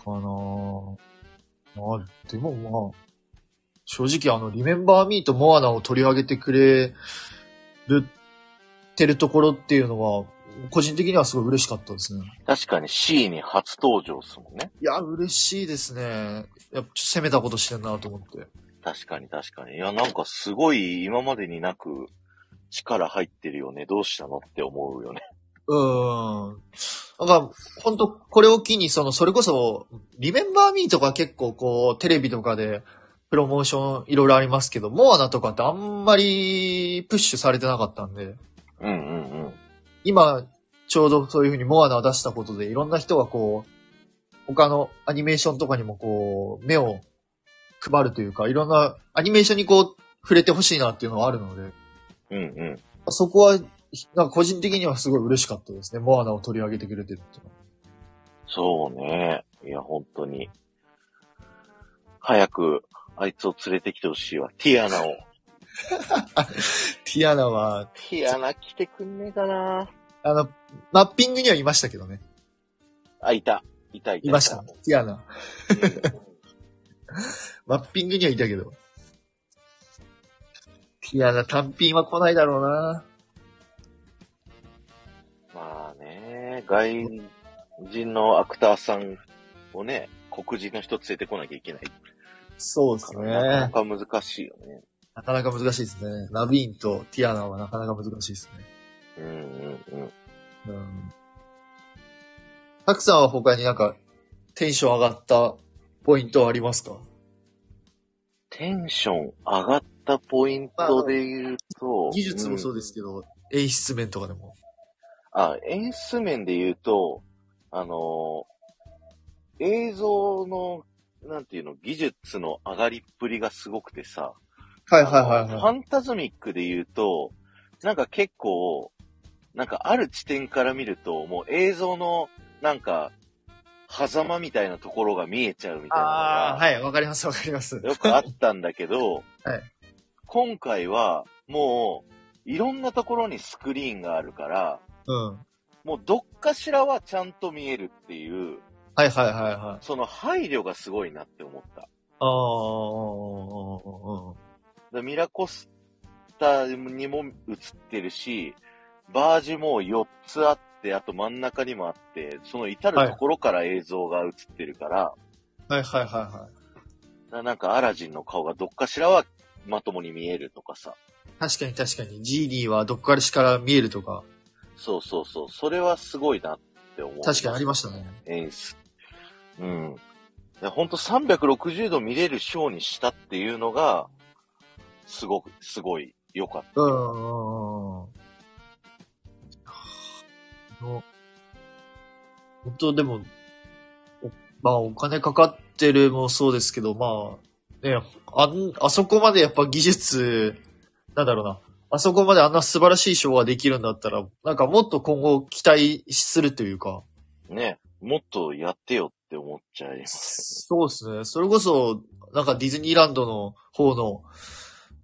B: かなぁ。まあ、でもまあ、正直あの、リメンバーミーとモアナを取り上げてくれる、てるところっていうのは、個人的にはすごい嬉しかったですね。
A: 確かに C に初登場っすもんね。
B: いや、嬉しいですね。やっぱちょっと攻めたことしてんなと思って。
A: 確かに確かに。いや、なんかすごい今までになく力入ってるよね。どうしたのって思うよね。
B: うーん。なんか、ほんと、これを機に、その、それこそ、リメンバーミーとか結構こう、テレビとかで、プロモーションいろいろありますけど、モアナとかってあんまりプッシュされてなかったんで、
A: うんうんうん。
B: 今、ちょうどそういう風にモアナを出したことで、いろんな人がこう、他のアニメーションとかにもこう、目を配るというか、いろんなアニメーションにこう、触れてほしいなっていうのはあるので、
A: うんうん。
B: そこは、なんか個人的にはすごい嬉しかったですね。モアナを取り上げてくれてるっていうのは。
A: そうね。いや、本当に。早く、あいつを連れてきてほしいわ。ティアナを。
B: ティアナは、
A: ティアナ来てくんねえかな
B: あの、マッピングにはいましたけどね。
A: あ、いた。いた、いた。
B: いました。ティアナ。
A: うん
B: マッピングにはいたけど。ティアナ単品は来ないだろうな。
A: まあね、外人のアクターさんをね、黒人の人連れてこなきゃいけない
B: そうです
A: から、な
B: ね。
A: かなか難しいよね。
B: なかなか難しいですね。ラビーンとティアナはなかなか難しいですね。
A: うんうんうん。
B: うん。たくさんは他になんか、テンション上がったポイントはありますか
A: テンション上がったポイントで言うと、
B: 技術もそううですけど、演出面とかでも。
A: ん、あ、演出面で言うと、あのー映像の、なんていうの、技術の上がりっぷりがすごくてさ、
B: はい
A: あのファンタズミックで言うと、なんか結構、なんかある地点から見ると、もう映像の、なんか、狭間みたいなところが見えちゃうみたいなの
B: あ
A: が、
B: あ、はい、わかりますわかります。
A: よくあったんだけど、
B: はい
A: 今回はもういろんなところにスクリーンがあるから、
B: うん。
A: もうどっかしらはちゃんと見えるっていう、
B: はいはいはいはい。
A: その配慮がすごいなって思った。だか
B: ああ、
A: らミラコスタにも映ってるし、バージも4つあって、あと真ん中にもあって、その至るところから映像が映ってるから、
B: はいはいはいは
A: ななんかアラジンの顔がどっかしらはまともに見えるとかさ。
B: い。確かに確かに、ジーニーはどっからしから見えるとか、
A: そうそうそう。それはすごいなって思う。
B: 確かにありましたね。
A: 演出。うん。いやほんと360度見れるショーにしたっていうのが、すごく、すごい良かっ
B: うんうんうんうん。本当でも、おまあお金かかってるもそうですけど、まあ、ね、あん、あそこまでやっぱ技術、なんだろうな。あそこまであんな素晴らしいショーができるんだったら、なんかもっと今後期待するというか。
A: た。ね。もっとやってよって思っちゃいます
B: そうですね。それこそ、なんかディズニーランドの方の、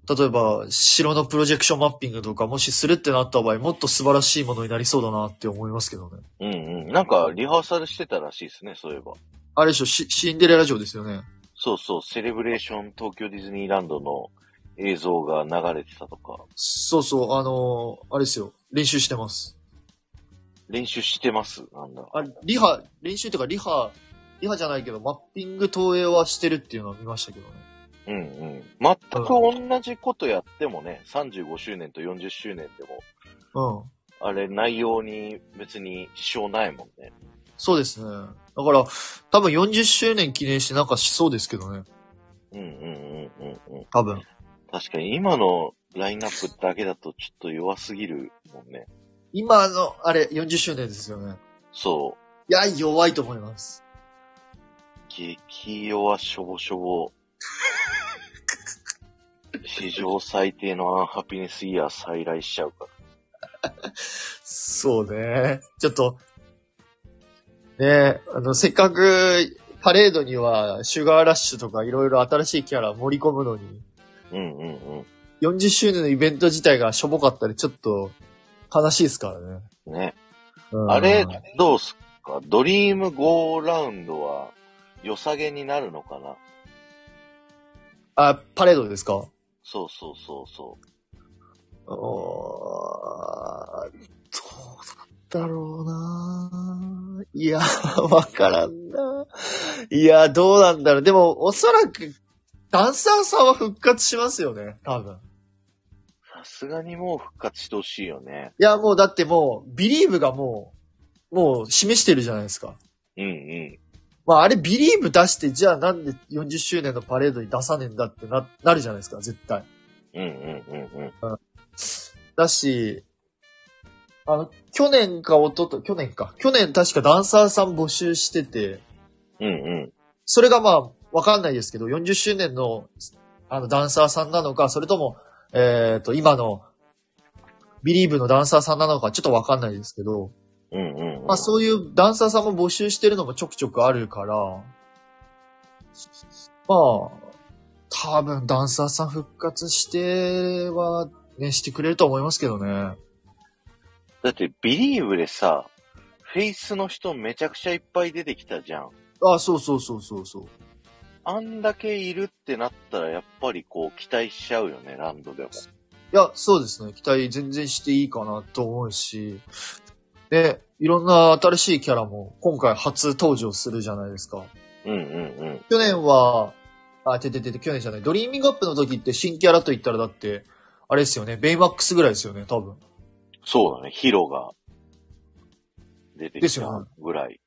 B: 例えば、城のプロジェクションマッピングとか、もしするってなった場合、もっと素晴らしいものになりそうだなって思いますけどね。
A: よね。うんうん。なんか、リハーサルしてたらしいですね、そういえば。
B: あれでしょ、シシンデレラ城ですよね。
A: そうそう、セレブレーション東京ディズニーランドの映像が流れてたとか、
B: そうそう、あのーあれですよ、練習してます。
A: 練習してます、なんだ。
B: あ、リハ、練習というかリハ、リハじゃないけど、マッピング投影はしてるっていうのは見ましたけどね。
A: うんうん。全く同じことやってもね、35周年と40周年でも、
B: うん。
A: あれ内容に別に支障ないもんね。
B: そうですね。だから、多分40周年記念してなんかしそうですけどね。
A: うんうんうんうんうん。
B: 多分。
A: 確かに今のラインナップだけだとちょっと弱すぎるもんね。
B: 今の、あれ、40周年ですよね。
A: そ
B: いや、弱いと思います。
A: う。激弱しょぼしょ ぼ。史上最低のアンハピネスイヤー再来しちゃうから。
B: そうね。ちょっと、ねあの、せっかく、パレードには、シュガーラッシュとかいろいろ新しいキャラ盛り込むのに、
A: うんうんうん。
B: 40周年のイベント自体がしょぼかったり、ちょっと、悲しいですからね。
A: ね。
B: うん
A: あれ、どうすっかドリーム5ラウンドは良さげになるのかな
B: あ、パレードですか
A: そうそうそうそ
B: おーどうだったろうないや、わからんな。いや、どうなんだろう。でも、おそらく、ダンサーさんは復活しますよね、多分。
A: う。さすがにもう復活してほしいよね。
B: いや、もうだってもう、ビリーブがもう、もう示してるじゃないですか。
A: うんうん。
B: まあ、あれビリーブ出して、じゃあなんで40周年のパレードに出さねえんだってな、なるじゃないですか、絶対。
A: うんうんうんうん。
B: だし、あの、去年かおとと、去年か。去年確かダンサーさん募集してて、
A: うんうん。
B: それがまあ、わかんないですけど、40周年の、あの、ダンサーさんなのか、それとも、えっ、と、今の、ビリーブのダンサーさんなのか、ちょっとわかんないですけど、
A: うんうん、うん。
B: まあそういうダンサーさんも募集してるのもちょくちょくあるから、まあ、多分ダンサーさん復活しては、ね、してくれると思いますけどね。
A: だって、ビリーブでさ、フェイスの人めちゃくちゃいっぱい出てきたじゃん。
B: あ、そうそうそうそうそう。
A: あんだけいるってなったら、やっぱりこう、期待しちゃうよね、ランドでも。
B: いや、そうですね。期待全然していいかなと思うし。で、いろんな新しいキャラも今回初登場するじゃないですか。
A: うんうん
B: 去年は、あ、てててて、去年じゃない。ドリーミングアップの時って新キャラと言ったらだって、あれですよね。ベイマックスぐらいですよね、多分。
A: うん。そうだね、ヒロが出て
B: で
A: き
B: すよ
A: たぐらい。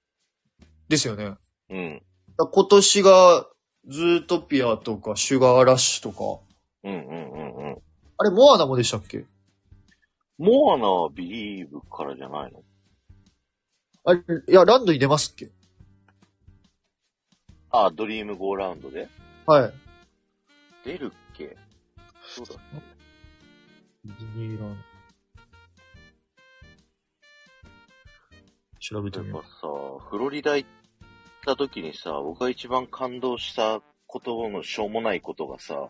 B: ですよね。
A: うん。
B: だ今年が、ズートピアとか、シュガーラッシュとか。
A: うんうんうんうん。
B: あれ、モアナもでしたっけ
A: モアナはビリーブからじゃないの
B: あれ、いや、ランドに出ますっけ
A: あ、ドリームゴーラウンドで
B: はい。
A: 出るっけそうだ。
B: ディズニーランド。調べて
A: やっ
B: みよ
A: ぱさ、フロリダ行った時にさ、僕が一番感動したことのしょうもないことがさ、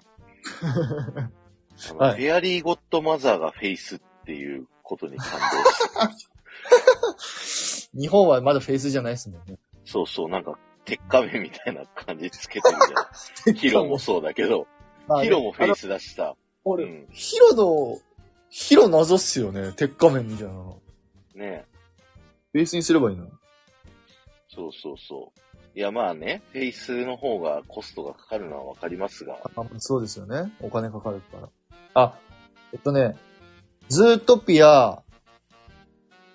A: あの
B: は
A: フ
B: い
A: ェアリーゴッドマザーがフェイスっていうことに感動 した。
B: う。日本はまだフェイスじゃないですもんね。
A: そうそう、なんか、鉄仮面みたいな感じつけてる じゃん。ヒロもそうだけど、ヒロもフェイ
B: ス。
A: ス出した。
B: あ
A: う
B: れ
A: ん。
B: ヒロの、ヒロ謎っすよね。鉄仮面みたいな。フ
A: ね
B: ェイスにすればいいの
A: そうそうそう。いや、まあね、フェイスの方がコストがかかるのはわかりますが、
B: あそうですよね。お金かかるから。あ、えっとね、ズートピア、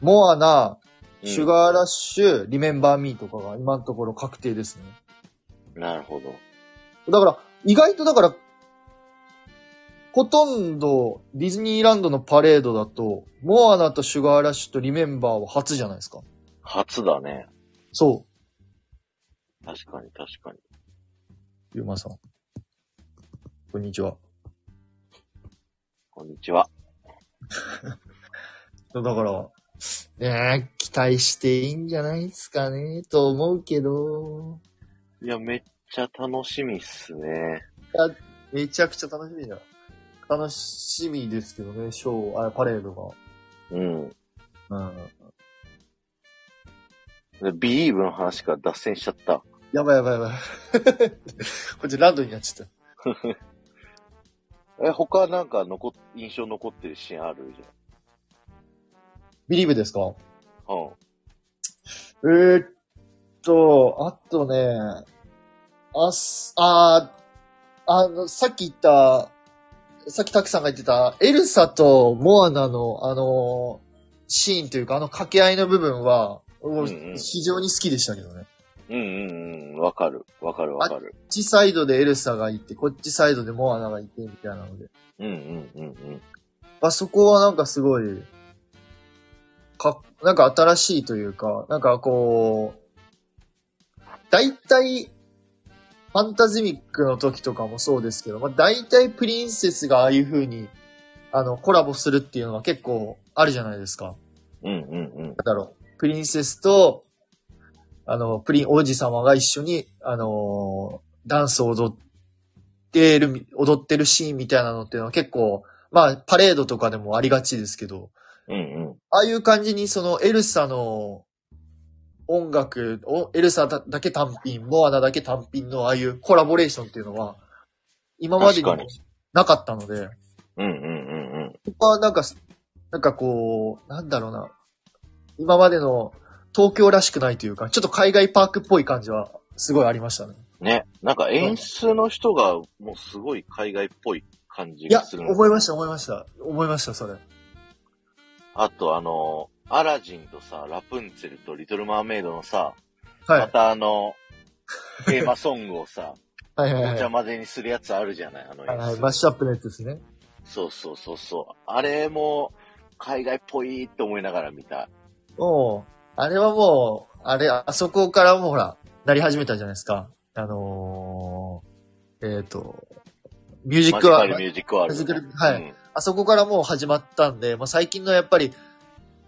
B: モアナ、
A: うん
B: シュガーラッシュ、リメンバーミーとかが今のところ確定ですね。
A: なるほど。
B: だから、意外とだから、ほとんどディズニーランドのパレードだと、モアナとシュガーラッシュとリメンバーは初じゃないですか。
A: 初だね。
B: そ
A: 確かに確かに。
B: う。ゆうまさん。こんにちは。
A: こんにちは。
B: だから、ねえ、期待していいんじゃないですかね、と思うけど、
A: いや、めっちゃ楽しみっすね。
B: めちゃくちゃ楽しみだ。楽しみですけどね、ショー、あ、パレード
A: うん。
B: が。うん。
A: でビリーブの話から脱線しちゃった。
B: やばいやばいやばい。 こっちランドになっちゃっ
A: え、他なんか残っ、印象残ってるシーンあるじ
B: た。ビリーブですか
A: ゃん。うん。
B: えーっと、あとね、あす、あーあの、さっき言った、さっきたくさんが言ってた、エルサとモアナの、あのシーンというか、あの掛け合いの部分は、も
A: う
B: う
A: んうん
B: 非常に好きでしたけどね。
A: うんうんうん。わかる。わかるわかる
B: こ。っちサイドでエルサがいて、こっちサイドでモアナがいて、みたいなので。
A: うんうんうんうん。
B: あそこはなんかすごい、か、なんか新しいというか、なんかこう、大体、ファンタズミックの時とかもそうですけど、まあ、大体プリンセスがああいう風に、あの、コラボするっていうのは結構あるじゃないですか。なん
A: うんうんうん。
B: だろう。プリンセスと、あの、プリン、王子様が一緒に、あのーダンスを踊ってる、踊ってるシーンみたいなのっていうのは結構、まあ、パレードとかでもありがちですけど、
A: うんうん。
B: ああいう感じに、そのエルサの音楽を、エルサだだけ単品、モアナだけ単品のああいうコラボレーションっていうのは、今まで
A: 確か
B: にも
A: に。
B: なかったので、
A: うんうんうんうん。
B: ここはなんか、なんかこう、なんだろうな、今までの東京らしくないというか、ちょっと海外パークっぽい感じはすごいありましたね。
A: ね。なんか演出の人がもうすごい海外っぽい感じ
B: いや
A: がす、るの
B: 思いました、思いました。思いました、それ。
A: あとあの、アラジンとさ、ラプンツェルとリトルマーメイドのさ、ま
B: はい。
A: たあの、テーマソングを さ、
B: はい
A: お
B: はいはい
A: 邪。魔ぜにするやつあるじゃないあの
B: はいはい、
A: 演
B: マッ
A: 出。
B: シュアップのやつですね。
A: そうそうそうそう。あれも、海外っぽいって思いながら見た。
B: もう、あれはもう、あれ、あそこからもうほら、なり始めたじゃないですか。あのー、えっ、と、ミュージッ
A: マ
B: ク
A: ジ
B: は
A: カ、ルミュージックワールドね。
B: マジカルはい
A: うん
B: あそこからもう始まったんで、まあ、最近のやっぱり、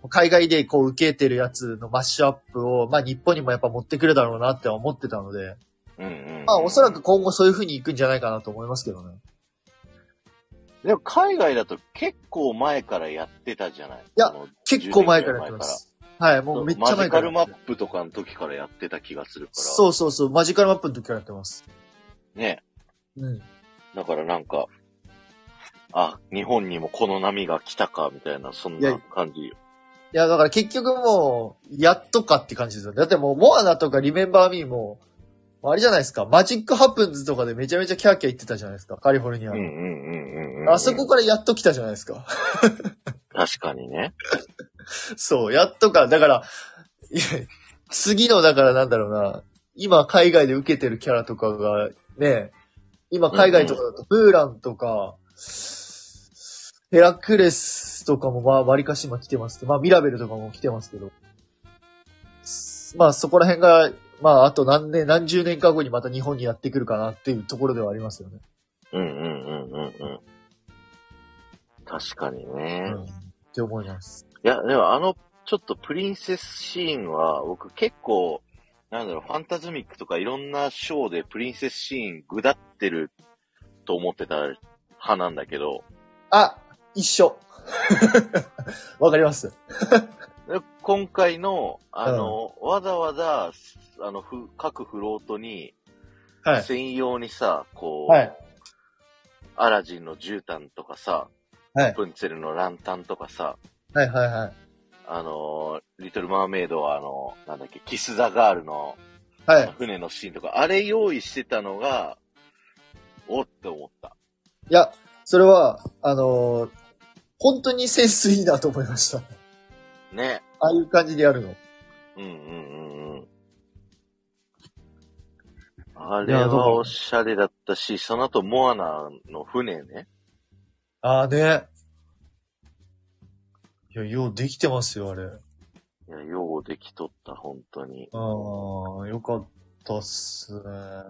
B: 海外でこう受けてるやつのマッシュアップを、まあ、日本にもやっぱ持ってくるだろうなっては思ってたので、
A: うんうん。
B: まあ、おそらく。今後そういう風に行くんじゃないかなと思いますけどね。
A: でも海外だと結構前からやってたじゃないい
B: や結構前からやってます。はい、もうめっちゃ
A: マ
B: 前
A: ジカ
B: から
A: ル。マップとかの時からやってた気がするから。
B: そうそうそう、マジカルマップの時からやってます。
A: う。ね。
B: うん。
A: だからなんか、あ、日本にもこの波が来たか、みたいな、そん
B: い
A: な
B: や
A: 感じよ。
B: いや、だから結局もう、やっとかって感じですよね。だってもう、モアナとかリメンバーミーも、あれじゃないですか、マジックハプンズとかでめちゃめちゃキャーキャー言ってたじゃないですか、カリフォルニア
A: うん
B: の。
A: うんうんうんうん。
B: あそこからやっと来たじゃないですか。
A: 確かにね。
B: そう、やっとか。だから、いや次の、だからなんだろうな、今海外で受けてるキャラとかが、ね、今海外とかだと、ブーランとか、ヘラクレスとかもまあ、割かし今来てますけど、まあ、ミラベルとかも来てますけど、まあ、そこら辺が、まあ、あと何年、何十年か後にまた日本にやってくるかなっていうところではありますよね。
A: うんうんうんうんうん。確かにね。
B: うんって思います。
A: いや、でもあの、ちょっとプリンセスシーンは、僕結構、なんだろう、ファンタズミックとかいろんなショーでプリンセスシーンぐだってると思ってた派なんだけど、
B: あ、一緒。 わかります。
A: で今回の、あの、わざわざ、あの、ふ各フロートに、
B: はい。
A: 専用にさ、こう、
B: はい。
A: アラジンの絨毯とかさ、
B: はい
A: プンツェルのランタンとかさ、
B: はいはいはい。
A: あのーリトルマーメイドはあの、なんだっけ、キス・ザ・ガールの
B: はい。
A: 船のシーンとか、あれ用意してたのが、おって思った。
B: いや、それは、あのー本当にセンスいいなと思いました。
A: ね。
B: ああいう感じでやるの。
A: うんうんうんうん。あれ
B: いやだから
A: はおしゃれだったし、その後モアナの船ね。
B: ああね。いや、ようできてますよ、あれ。
A: いや、ようできとった、本当に。
B: ああ、よかったっすね。まあ、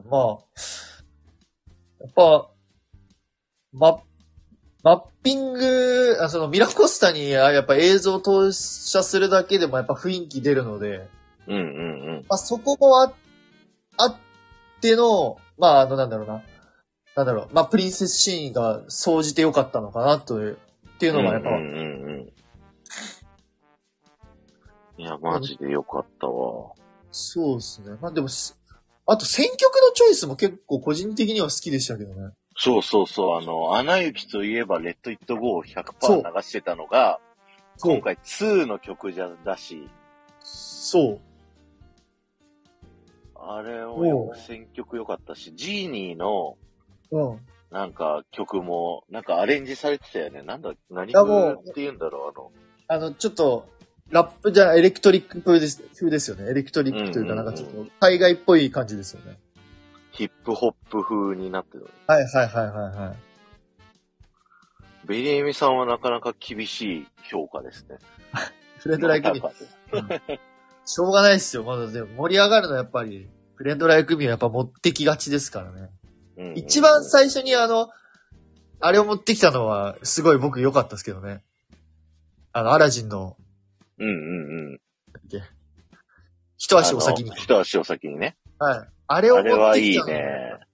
B: やっぱ、ママッピング、あそのミラコスタにあやっぱ映像を投射するだけでもやっぱ雰囲気出るので、
A: うんうんうん。
B: まあそこもあ、あっての、まああのなんだろうな、なんだろう、まあプリンセスシーンが総じてよかったのかなという、っていうのがやっぱ、
A: うんうんうんうん。いや、マジでよかったわ。
B: そうですね。まあでもす、あと選曲のチョイスも結構個人的には好きでしたけどね。
A: そうそうそう、あの、アナ雪といえば、レッド・イット・ゴーを
B: そう
A: 100%流してたのが、今回2の曲じゃだし、
B: そう。
A: あれをよく選曲良かったし、ジーニーの
B: うん。
A: なんか曲も、なんかアレンジされてたよね。なんだ、何
B: やもう
A: 風って言うんだろ
B: あの、ちょっと、ラップじゃ、エレクトリック風です風ですよね。エレクトリックという
A: う
B: か、
A: んう
B: なん
A: うん
B: んかちょっと、海外っぽい感じですよね。
A: う、あの、ヒップホップ風になってる。
B: はいはいはいはいはい。
A: ベリエミさんはなかなか厳しい評価ですね。
B: フレンドライクミー。しょうがないですよ。まだでも盛り上がるのはやっぱり、フレンドライクミーはやっぱ持ってきがちですからね。
A: うんうん
B: 一番最初にあの、あれを持ってきたのは、すごい僕良かったですけどね。あの、アラジンの、
A: うんうんうん。
B: 一足お先に
A: あの。一足を先にね。
B: はい。あれを持
A: あ
B: っ
A: れはい
B: て
A: い
B: きたのは
A: ね。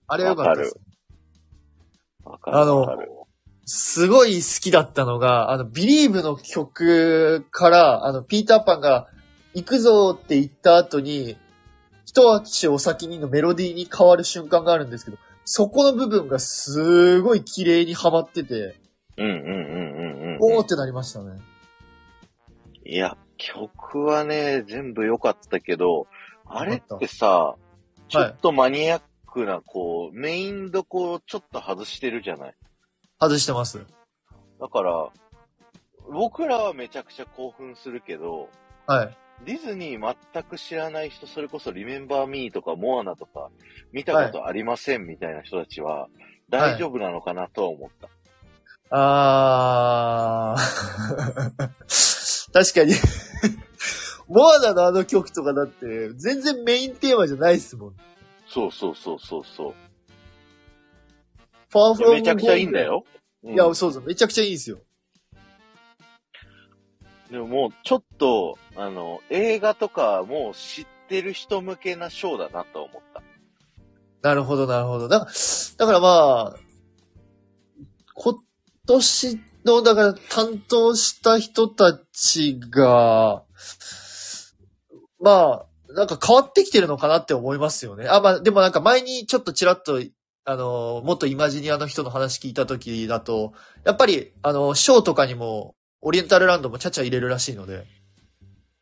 B: あれ良かったです。
A: わかる
B: あの
A: わかる。
B: すごい好きだったのが、あの、ビリーブの曲から、あの、ピーターパンが、行くぞーって言った後に、一足お先にのメロディーに変わる瞬間があるんですけど、そこの部分がすごい綺麗にはまってて、
A: うんうんうんうんうん
B: お
A: う
B: ーってなりましたね。
A: ん。いや、曲はね、全部良かったけど、あれってさ、ちょっとマニアックな、こう、メインどこをちょっと外してるじゃない。
B: 外してます。
A: だから、僕らはめちゃくちゃ興奮するけど、
B: はい。
A: ディズニー全く知らない人、それこそリメンバーミーとかモアナとか見たことありませんみたいな人たちは大丈夫なのかなとは思った。
B: あー。 確かに。モアナのあの曲とかだって、全然メインテーマじゃないですもん。
A: そうそうそうそうそう。
B: パワ
A: いやめちゃくちゃいいんだ。よ。うん
B: いや、そうそう、めちゃくちゃいいですよ。
A: でももうちょっと、あの、映画とかもう知ってる人向けなショーだなと思った。
B: なるほど、なるほど。だから、だからまあ、今年の、だから担当した人たちが、まあ、なんか変わってきてるのかなって思いますよね。あ、まあ、でもなんか前にちょっとちらっと、あの、元イマジニアの人の話聞いた時だと、やっぱり、あの、ショーとかにも、オリエンタルランドもちゃちゃ入れるらしいので、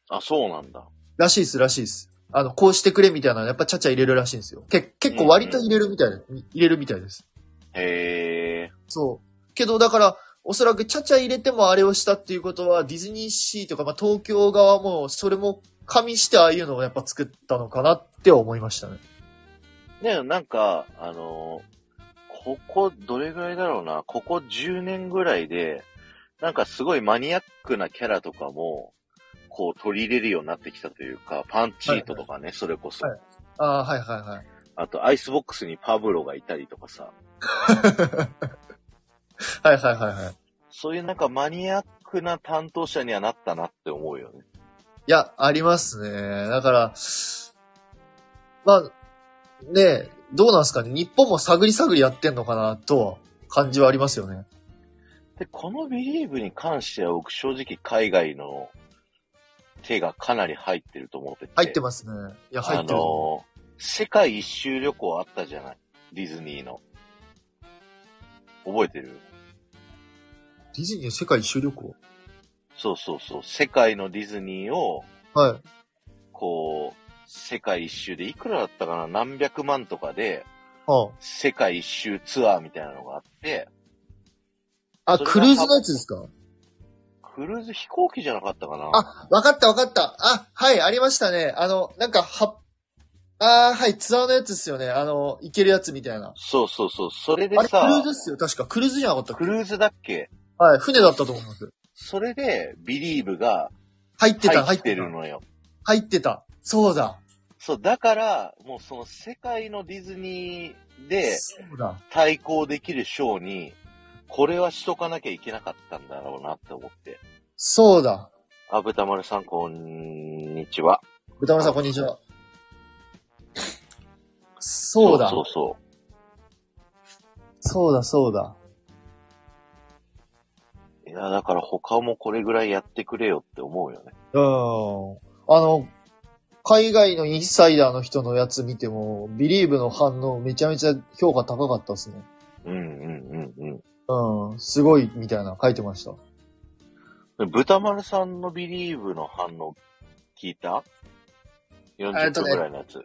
A: あ、そうなんだ。
B: らしいです、らしいです。あの、こうしてくれみたいなのやっぱちゃちゃ入れるらしいんですよ。け結構割と入れるみたいで、入れるみたいです。
A: へえ。
B: そう。けど、だから、おそらくちゃちゃ入れてもあれをしたっていうことは、ディズニーシーとか、まあ、東京側も、それも加味してああいうのをやっぱ作ったのかなって思いましたね。
A: ね、なんか、あのーここ、どれぐらいだろうな、ここ10年ぐらいで、なんかすごいマニアックなキャラとかも、こう取り入れるようになってきたというか、パンチートとかね、それこそ。
B: はいああ、はいはいはい。
A: あと、アイスボックスにパブロがいたりとかさ、
B: はいはいはいはい。
A: そういうなんかマニアックな担当者にはなったなって思うよね。
B: いや、ありますね。だから、まあ、ねえどうなんですかね。日本も探り探りやってんのかなとは、感じはありますよね。
A: で、このビリーブに関しては僕正直海外の手がかなり入ってると思ってて。
B: 入ってますね。いや、入ってる。
A: あのー世界一周旅行あったじゃないディズニーの。覚えてる
B: ディズニー世界一周旅行
A: そうそうそう。世界のディズニーを、
B: はい。
A: こう、世界一周でいくらだったかな何百万とかで、
B: あ
A: 世界一周ツアーみたいなのがあって、
B: あ、あ
A: それが
B: クルーズのやつですか
A: クルーズ飛行機じゃなかったかな
B: あ、わかったわかった。あ、はい、ありましたね。あの、なんか、は、あーはい、ツアーのやつですよね。あの、行けるやつみたいな。
A: そうそうそう。それで
B: あれ、クル
A: さ
B: ーズ、っすよ。確か、クルーズじゃなかったっ
A: ク
B: け
A: ルーズだっけ
B: はい、船だったと思います。
A: それで、ビリーブが
B: 入ってた、
A: 入
B: 入
A: っ
B: って
A: て
B: た
A: る。のよ。
B: 入ってた。そうだ。
A: そう、だから、もうその世界のディズニーで
B: そうだ。
A: 対抗できるショーに、これはしとかなきゃいけなかったんだろうなって思って。
B: そうだ。
A: あ、豚丸さん、こんにちは。
B: 豚丸さん、こんにちは。そうだ。
A: そうそ
B: そうだ、そうだ。
A: う。いや、だから他もこれぐらいやってくれよって思うよね。
B: うん。あの、海外のインサイダーの人のやつ見ても、ビリーブの反応めちゃめちゃ評価高かったですね。
A: うんうんうんうん
B: うん。すごい、みたいな書いてました。。
A: で豚丸さんのビリーブの反応聞いた
B: えっ
A: ?40
B: と
A: 分
B: ね
A: ぐらいのやつ。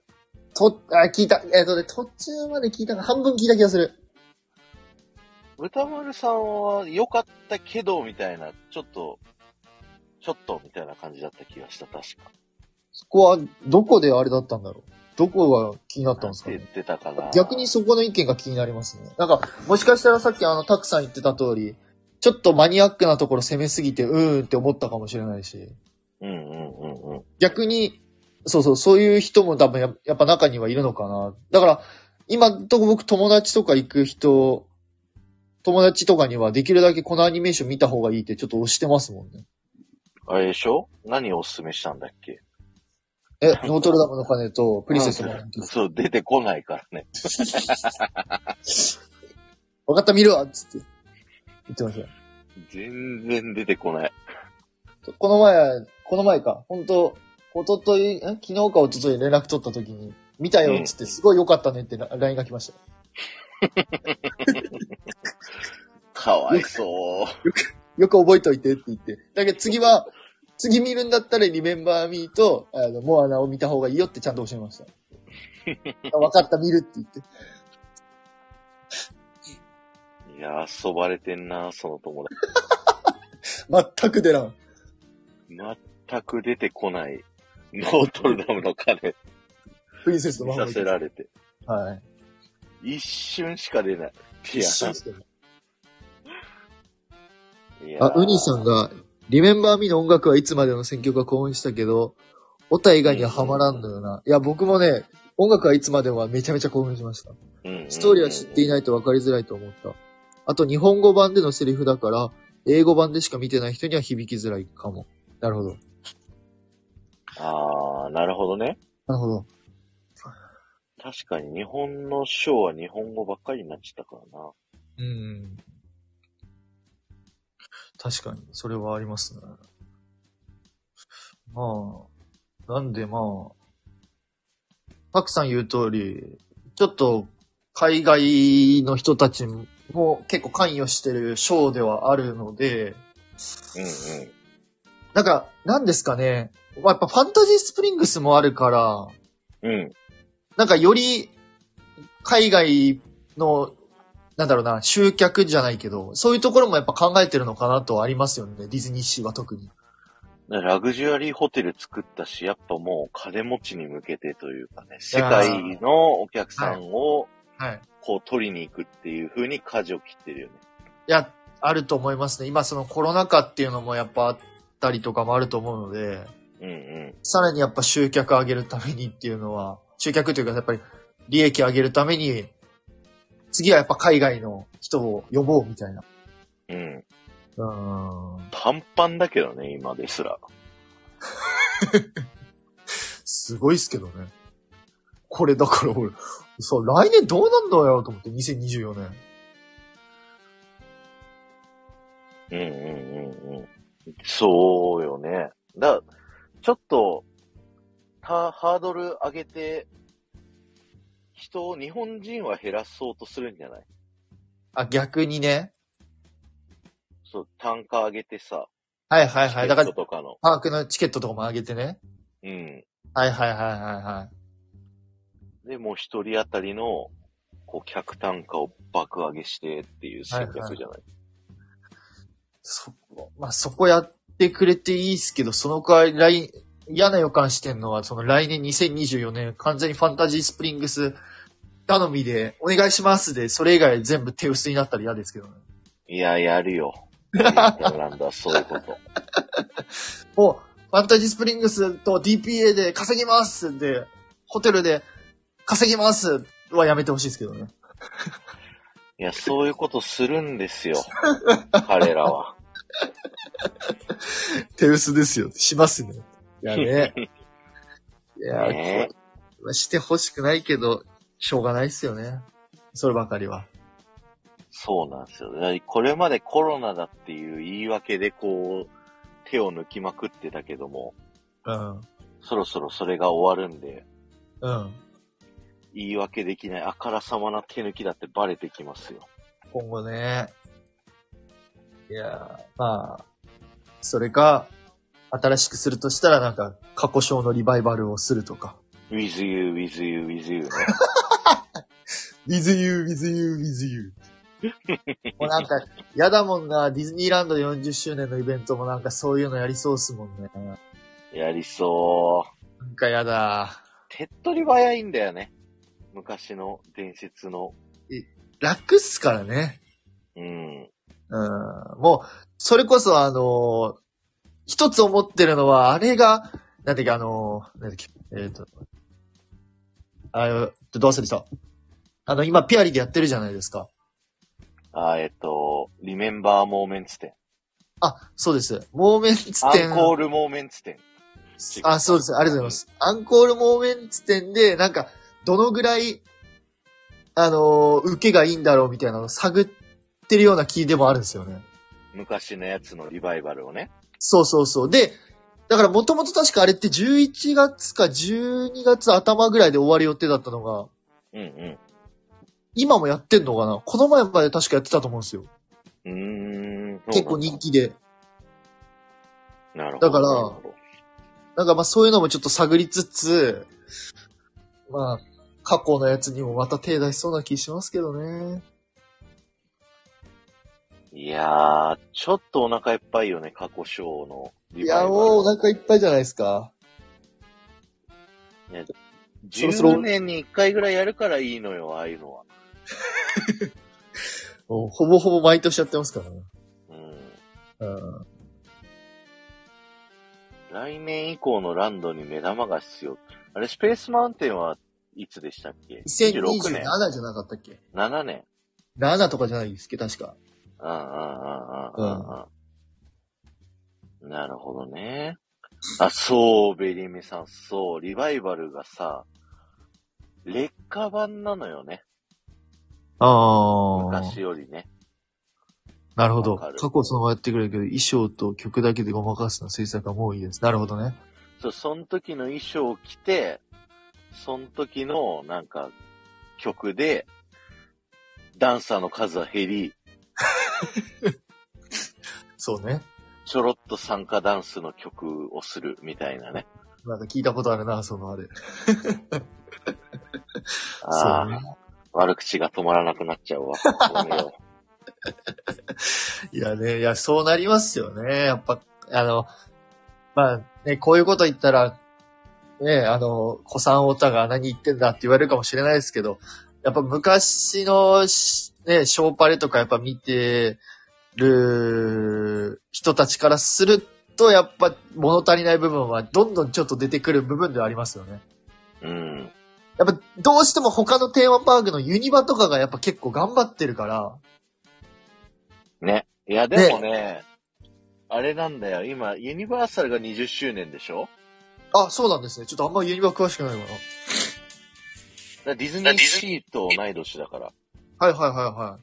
B: と、あ、聞いた。えっ、とね、途中まで聞いたか、半分聞いた気がする。
A: 豚丸さんは良かったけど、みたいな、ちょっと、ちょっとみたいな感じだった気がした、確か。
B: そこは、どこであれだったんだろう。どこが気になったんですか
A: 言
B: ね
A: っ。てたかな。
B: 逆にそこの意見が気になりますね。なんか、もしかしたらさっきあの、たくさん言ってた通り、ちょっとマニアックなところ攻めすぎて、うーんって思ったかもしれないし、
A: うんうんうんうん。
B: 逆に、そうそう、そういう人も多分ややっぱ中にはいるのかな。だから、今んとこ僕友達とか行く人、友達とかにはできるだけこのアニメーション見た方がいいってちょっと押してますもんね。
A: あれでしょ何をおすすめしたんだっけ
B: え、ノートルダムの鐘とプリンセスの鐘
A: うんそう、出てこないからね。
B: わかった、見るわっつって。言ってました。
A: 全然出てこない。
B: この前、この前か、本当おととい、ん昨日かおととい連絡取った時に、見たよっつって、すごい良かったねってラ LINE が来ました。
A: かわい そう。
B: よく覚えといてって言って。だけど次は、次見るんだったらリメンバーミーと、あの、モアナを見た方がいいよってちゃんと教えました。あ分かった、見るって言って。
A: いや、遊ばれてんな、その友達。
B: 全く出らん。
A: 全く出てこない。ノートルダムの鐘
B: プリンセスの
A: 見
B: 魔
A: さ
B: 法
A: せられて。
B: はい。
A: 一瞬しか出ない。い
B: 一
A: や、
B: 緒ですけど
A: いや
B: あ、ウニさんが、リメンバーミーの音楽はいつまでも選曲が興奮したけど、オタ以外にはハマらんのよな。いや、僕もね、音楽はいつまでもはめちゃめちゃ興奮しました。
A: うん
B: ストーリーは知っていないと分かりづらいと思った。あと、日本語版でのセリフだから、英語版でしか見てない人には響きづらいかも。なるほど。
A: あー、なるほどね。
B: なるほど。
A: 確かに日本のショーは日本語ばっかりになっちゃったからな。
B: うん。確かに、それはありますね。まあ、なんでまあ、たくさん言う通り、ちょっと海外の人たちも結構関与してるショーではあるので、
A: うんうん。
B: なんか、なんですかね。まあ、やっぱファンタジースプリングスもあるから、
A: うん。
B: なんかより海外の、なんだろうな、集客じゃないけど、そういうところもやっぱ考えてるのかなとはありますよね。ディズニーシーは特に。
A: ラグジュアリーホテル作ったし、やっぱもう金持ちに向けてというかね、世界のお客さんを
B: はい。
A: こう取りに行くっていう風に舵を切ってるよね。
B: いや、あると思いますね。今そのコロナ禍っていうのもやっぱあったりとかもあると思うので、
A: うんうん。
B: さらにやっぱ集客上げるためにっていうのは、集客というかやっぱり利益上げるために、次はやっぱ海外の人を呼ぼうみたいな。
A: うん。
B: うーん。
A: パンパンだけどね、今ですら。
B: すごいっすけどね。これだから俺、そう、来年どうなんだよと思って、2024年。
A: うんうんうんうん。そうよね。だ、ちょっと、た、ハードル上げて、人を、日本人は減らそうとするんじゃない
B: あ、逆にね。
A: そう、単価上げてさ、
B: はいはいはい。だか
A: チケ
B: ら
A: ッ、トとかの。
B: パークのチケットとかも上げてね。
A: うん。
B: はいはいはいはいはい。
A: で、もう一人当たりの、こう、客単価を爆上げしてっていう戦略じゃない。
B: そこ、まあ、そこやってくれていいっすけど、その代わり来、嫌な予感してんのは、その来年2024年、完全にファンタジースプリングス頼みで、お願いしますで、それ以外全部手薄になったら嫌ですけどね。
A: いや、やる よ。なんだ、そういうこと。
B: もう、ファンタジースプリングスと DPA で稼ぎますで、ホテルで稼ぎますはやめてほしいですけどね。
A: いや、そういうことするんですよ。彼らは。
B: 手薄ですよ。しますね。いや ね。 いや、
A: ね
B: まあしてほしくないけど、しょうがないっすよね。そればかりは。
A: そうなんですよ。だからこれまでコロナだっていう言い訳でこう、手を抜きまくってたけども、
B: うん。
A: そろそろそれが終わるんで、
B: うん。
A: 言い訳できないあからさまな手抜きだってバレてきますよ。
B: 今後ね。いやーまあ、それか、新しくするとしたらなんか、過去章のリバイバルをするとか。
A: with you, with you, with you ね。
B: with you, with you, with you. もうなんか、やだもんな、ディズニーランド40周年のイベントもなんかそういうのやりそうっすもんね。
A: やりそう。
B: なんかやだ。
A: 手っ取り早いんだよね。昔の伝説の。
B: 楽っすからね。
A: うん。
B: うん。もう、それこそあのー一つ思ってるのは、あれが、なんていうかあのーなんていうかえっ、と、あの、どうするさ。あの、今、ピアリでやってるじゃないですか。
A: あ、えっと、リメンバーモーメンツ店。
B: あ、そうです。モーメンツ
A: ア
B: 店。
A: ンコールモーメンツ店。
B: あ、そうです。ありがとうございます。アンコールモーメンツ店で、なんか、どのぐらい、あのー受けがいいんだろうみたいなのを探ってるような気でもあるんですよね。
A: 昔のやつのリバイバルをね。
B: そうそうそう。で、だからもともと確かあれって11月か12月頭ぐらいで終わる予定だったのが、
A: うんうん。
B: 今もやってんのかなこの前まで確かやってたと思うんですよ。
A: うーん。
B: 結構人気で。
A: なるほど。
B: だから
A: なるほど
B: なんかまあそういうのもちょっと探りつつ、まあ、過去のやつにもまた手出しそうな気しますけどね。
A: いやー、ちょっとお腹いっぱいよね、過去章の
B: い
A: リバイバ
B: や、
A: ル
B: もうお
A: は。
B: 腹いっぱいじゃないですか。そろそろ
A: 10年に1回ぐらいやるからいいのよ、ああいうのは。
B: もうほぼほぼ毎年やってますからね。
A: うん。
B: うん。
A: 来年以降のランドに目玉が必要。あれ、スペースマウンテンはいつでしたっけ
B: 2027
A: 26年
B: じゃなかったっけ
A: ?7 年。
B: ?7 とかじゃないですっけ確か。
A: うんうんうんうんうん。なるほどね。あ、そう、ベリーミさん、そう、リバイバルがさ、劣化版なのよね。
B: あ
A: 昔よりね。
B: なるほ
A: わ
B: ど。
A: かる
B: 過去そのままやってくれるけど、衣装と曲だけでごまかすの制作はもういいです。なるほどね。
A: そう、その時の衣装を着て、その時の、なんか、曲で、ダンサーの数は減り、
B: そうね。
A: ちょろっと参加ダンスの曲をするみたいなね。
B: なんか聞いたことあるな、そのあれ。
A: ああ、
B: ね。
A: 悪口が止まらなくなっちゃうわ。やめよ
B: いやね、いや、そうなりますよね。やっぱ、あの、まあ、ね、こういうこと言ったら、ね、あの、子さんオタが何言ってんだって言われるかもしれないですけど、やっぱ昔のし、ね、ショーパレとかやっぱ見てる人たちからすると、やっぱ物足りない部分はどんどんちょっと出てくる部分ではありますよね。
A: うん。
B: やっぱどうしても他のテーマパークのユニバとかがやっぱ結構頑張ってるから、
A: ね。いや、でもね、あれなんだよ。今、ユニバーサルが20周年でしょ
B: あ、そうなんですね。ちょっとあんまユニバ詳しくないか
A: だからディズニーシーと同い年だから。だか
B: な。はいはいはいは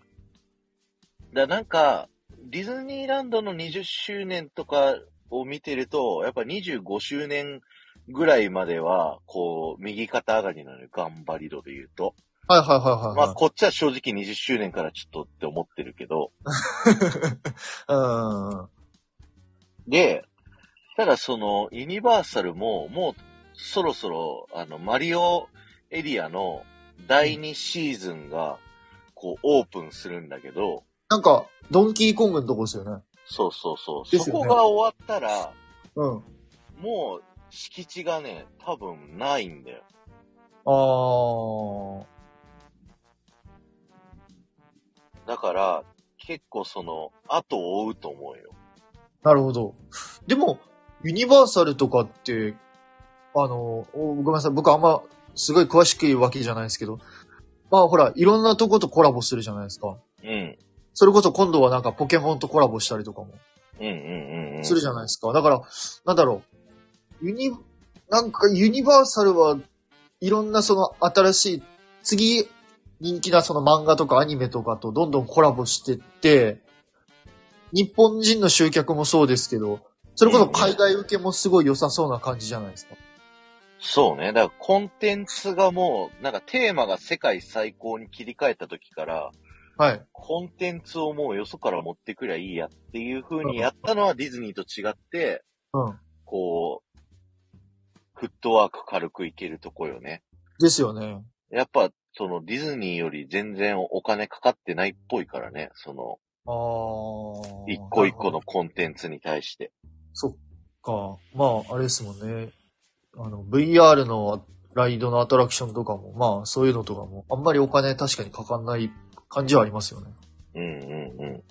A: らなんか、ディズニーランドの20周年とかを見てると、やっぱ25周年ぐらいまでは、こう、右肩上がりなのよ。頑張り度で言うと。
B: い。はいはいはいはい、
A: ま
B: はい。
A: あ、こっちは正直20周年からちょっとって思ってるけど。
B: うんうんうん。
A: で、ただその、ユニバーサルも、もう、そろそろ、あの、マリオエリアの第2シーズンが、こう、オープンするんだけど、
B: なんか、ドンキーコングのとこですよね。
A: そうそうそう。
B: です
A: そ
B: よね
A: こが終わったら、
B: うん。
A: もう、敷地がね、多分ないんだよ。
B: あー。
A: だから、結構その、後を追うと思うよ。
B: なるほど。でも、ユニバーサルとかって、あの、おごめんなさい、僕あんま、すごい詳しく言うわけじゃないですけど、まあほら、いろんなとことコラボするじゃないですか。
A: うん。
B: それこそ今度はなんかポケモンとコラボしたりとかも
A: うんうんうんうん。
B: するじゃないですか。だから、なんだろう、ユニ、なんかユニバーサルはいろんなその新しい、次人気なその漫画とかアニメとかとどんどんコラボしてって、日本人の集客もそうですけど、それこそ海外受けもすごい良さそうな感じじゃないですか。
A: そうね。だからコンテンツがもう、なんかテーマが世界最高に切り替えた時から、
B: はい。
A: コンテンツをもうよそから持ってくりゃいいやっていう風にやったのはディズニーと違って、
B: うん。
A: こう、フットワーク軽くいけるとこよね。
B: ですよね。
A: やっぱ、そのディズニーより全然お金かかってないっぽいからね。その、
B: あー。
A: 一個一個の。コンテンツに対して。
B: そっか。まあ、あれですもんね。あの、VR のライドのアトラクションとかも、まあ、そういうのとかも、あんまりお金確かにかかんない感じはありますよね。
A: うんうんうん。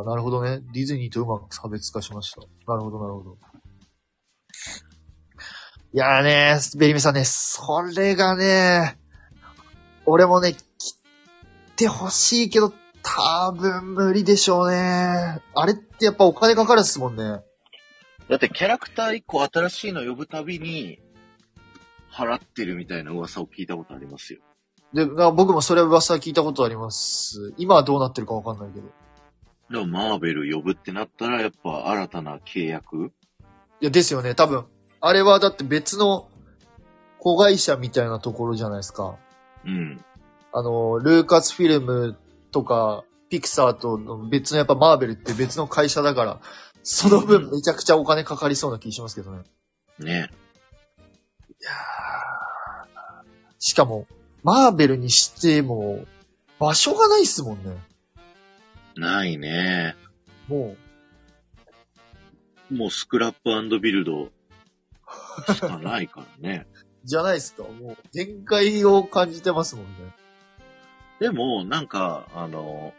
B: あなるほどね。ディズニーとうまく差別化しました。なるほど、なるほど。いやーね、ベリメさんね、それがね、俺もね、来てほしいけど、多分無理でしょうね。あれってやっぱお金かかるっすもんね。
A: だってキャラクター一個新しいの呼ぶたびに、払ってるみたいな噂を聞いたことありますよ。
B: で、な僕もそれは噂聞いたことあります。今はどうなってるかわかんないけど。い
A: でもマーベル呼ぶってなったら、やっぱ新たな契約
B: や、ですよね、多分。あれはだって別の子会社みたいなところじゃないですか。
A: うん。
B: あの、ルーカスフィルムとか、ピクサーとの別のやっぱマーベルって別の会社だから、その分めちゃくちゃお金かかりそうな気しますけどね。
A: ね。
B: しかも、マーベルにしても、場所がないっすもんね。
A: ないね。
B: もう、
A: もうスクラップビルドしかないからね。
B: じゃないですか。もう、限界を感じてますもんね。
A: でも、なんか、あの、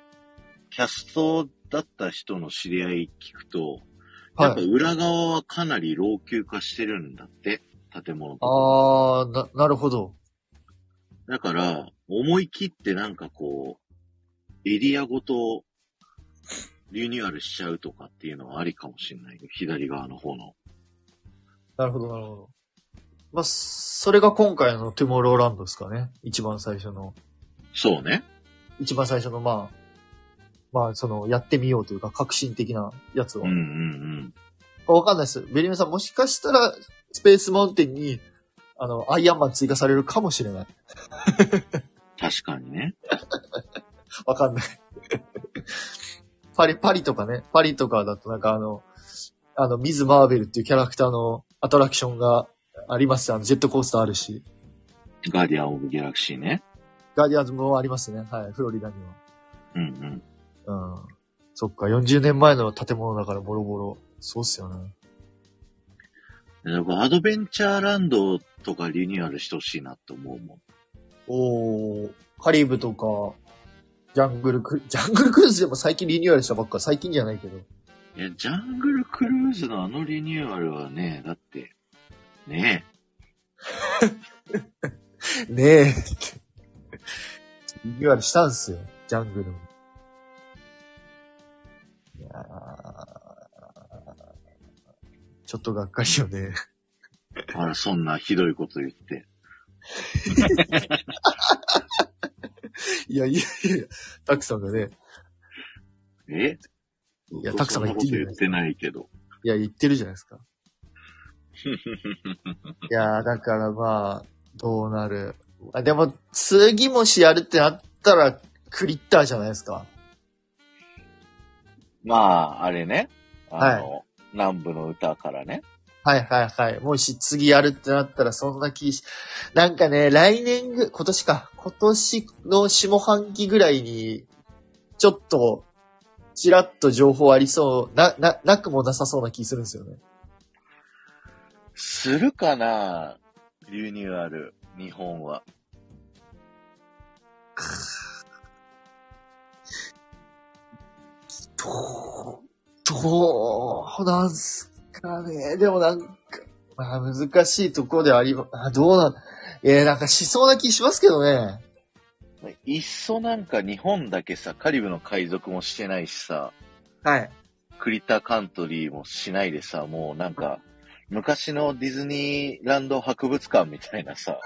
A: キャストだった人の知り合い聞くと、やっぱ
B: はい。
A: 裏側はかなり老朽化してるんだって、建物とか。
B: あー、な、なるほど。
A: だから、思い切ってなんかこう、エリアごとリニューアルしちゃうとかっていうのはありかもしれないね。左側の方の。
B: なるほど、なるほど。まあ、それが今回のトゥモローランドですかね。一番最初の、
A: そうね。
B: 一番最初の、まあ、まあ、その、やってみようというか、革新的なやつを。
A: うんうんうん。
B: わかんないです。ベリメさん、もしかしたら、スペースマウンテンに、あの、アイアンマン追加されるかもしれない。
A: 確かにね。
B: わかんない。 パリ、パリとかね、パリとかだとなんかあの、あの、ミズ・マーベルっていうキャラクターのアトラクションがあります。あの、ジェットコースターあるし。
A: ガーディアン・オブ・ギャラクシーね。
B: ガーディアンズもありますね。はい、フロリダに
A: うんうん。
B: は。うん。そっか、40年前の建物だからボロボロ。そうっすよね。
A: なんかアドベンチャーランドとかリニューアルしてほしいなって思うもん。
B: おー、カリブとか、ジャングルク、 ジャングルクルーズでも最近リニューアルしたばっか、最近じゃないけど。
A: いや、ジャングルクルーズのあのリニューアルはね、だって、ね
B: ねえ、って。リニューアルしたんすよ、ジャングルも。いやーちょっとがっかりよね。
A: え。あら、そんなひどいこと言って。
B: いや、いやいやいや、たくさんがね、
A: え
B: いやたくさんが言
A: 言
B: っ
A: って
B: いいよね
A: 言ってないけど。
B: いや、言ってるじゃないですか。いやー、だからまあ、どうなる。あ、でも、次もしやるってなったら、クリッターじゃないですか。
A: まあ、あれね。あの、南部の歌からね。
B: はいはいはい。もし次やるってなったらそんな気し、なんかね、来年ぐ、今年か、今年の下半期ぐらいに、ちょっと、ちらっと情報ありそう、な、な、なくもなさそうな気するんですよね。
A: するかなリニューアル、日本は。
B: どう、どうなんすかね。でもなんか、まあ難しいところではありま、あどうなん、えー、なんかしそうな気しますけどね。
A: いっそなんか日本だけさ、カリブの海賊もしてないしさ、
B: はい。
A: クリターカントリーもしないでさ、もうなんか、昔のディズニーランド博物館みたいなさ、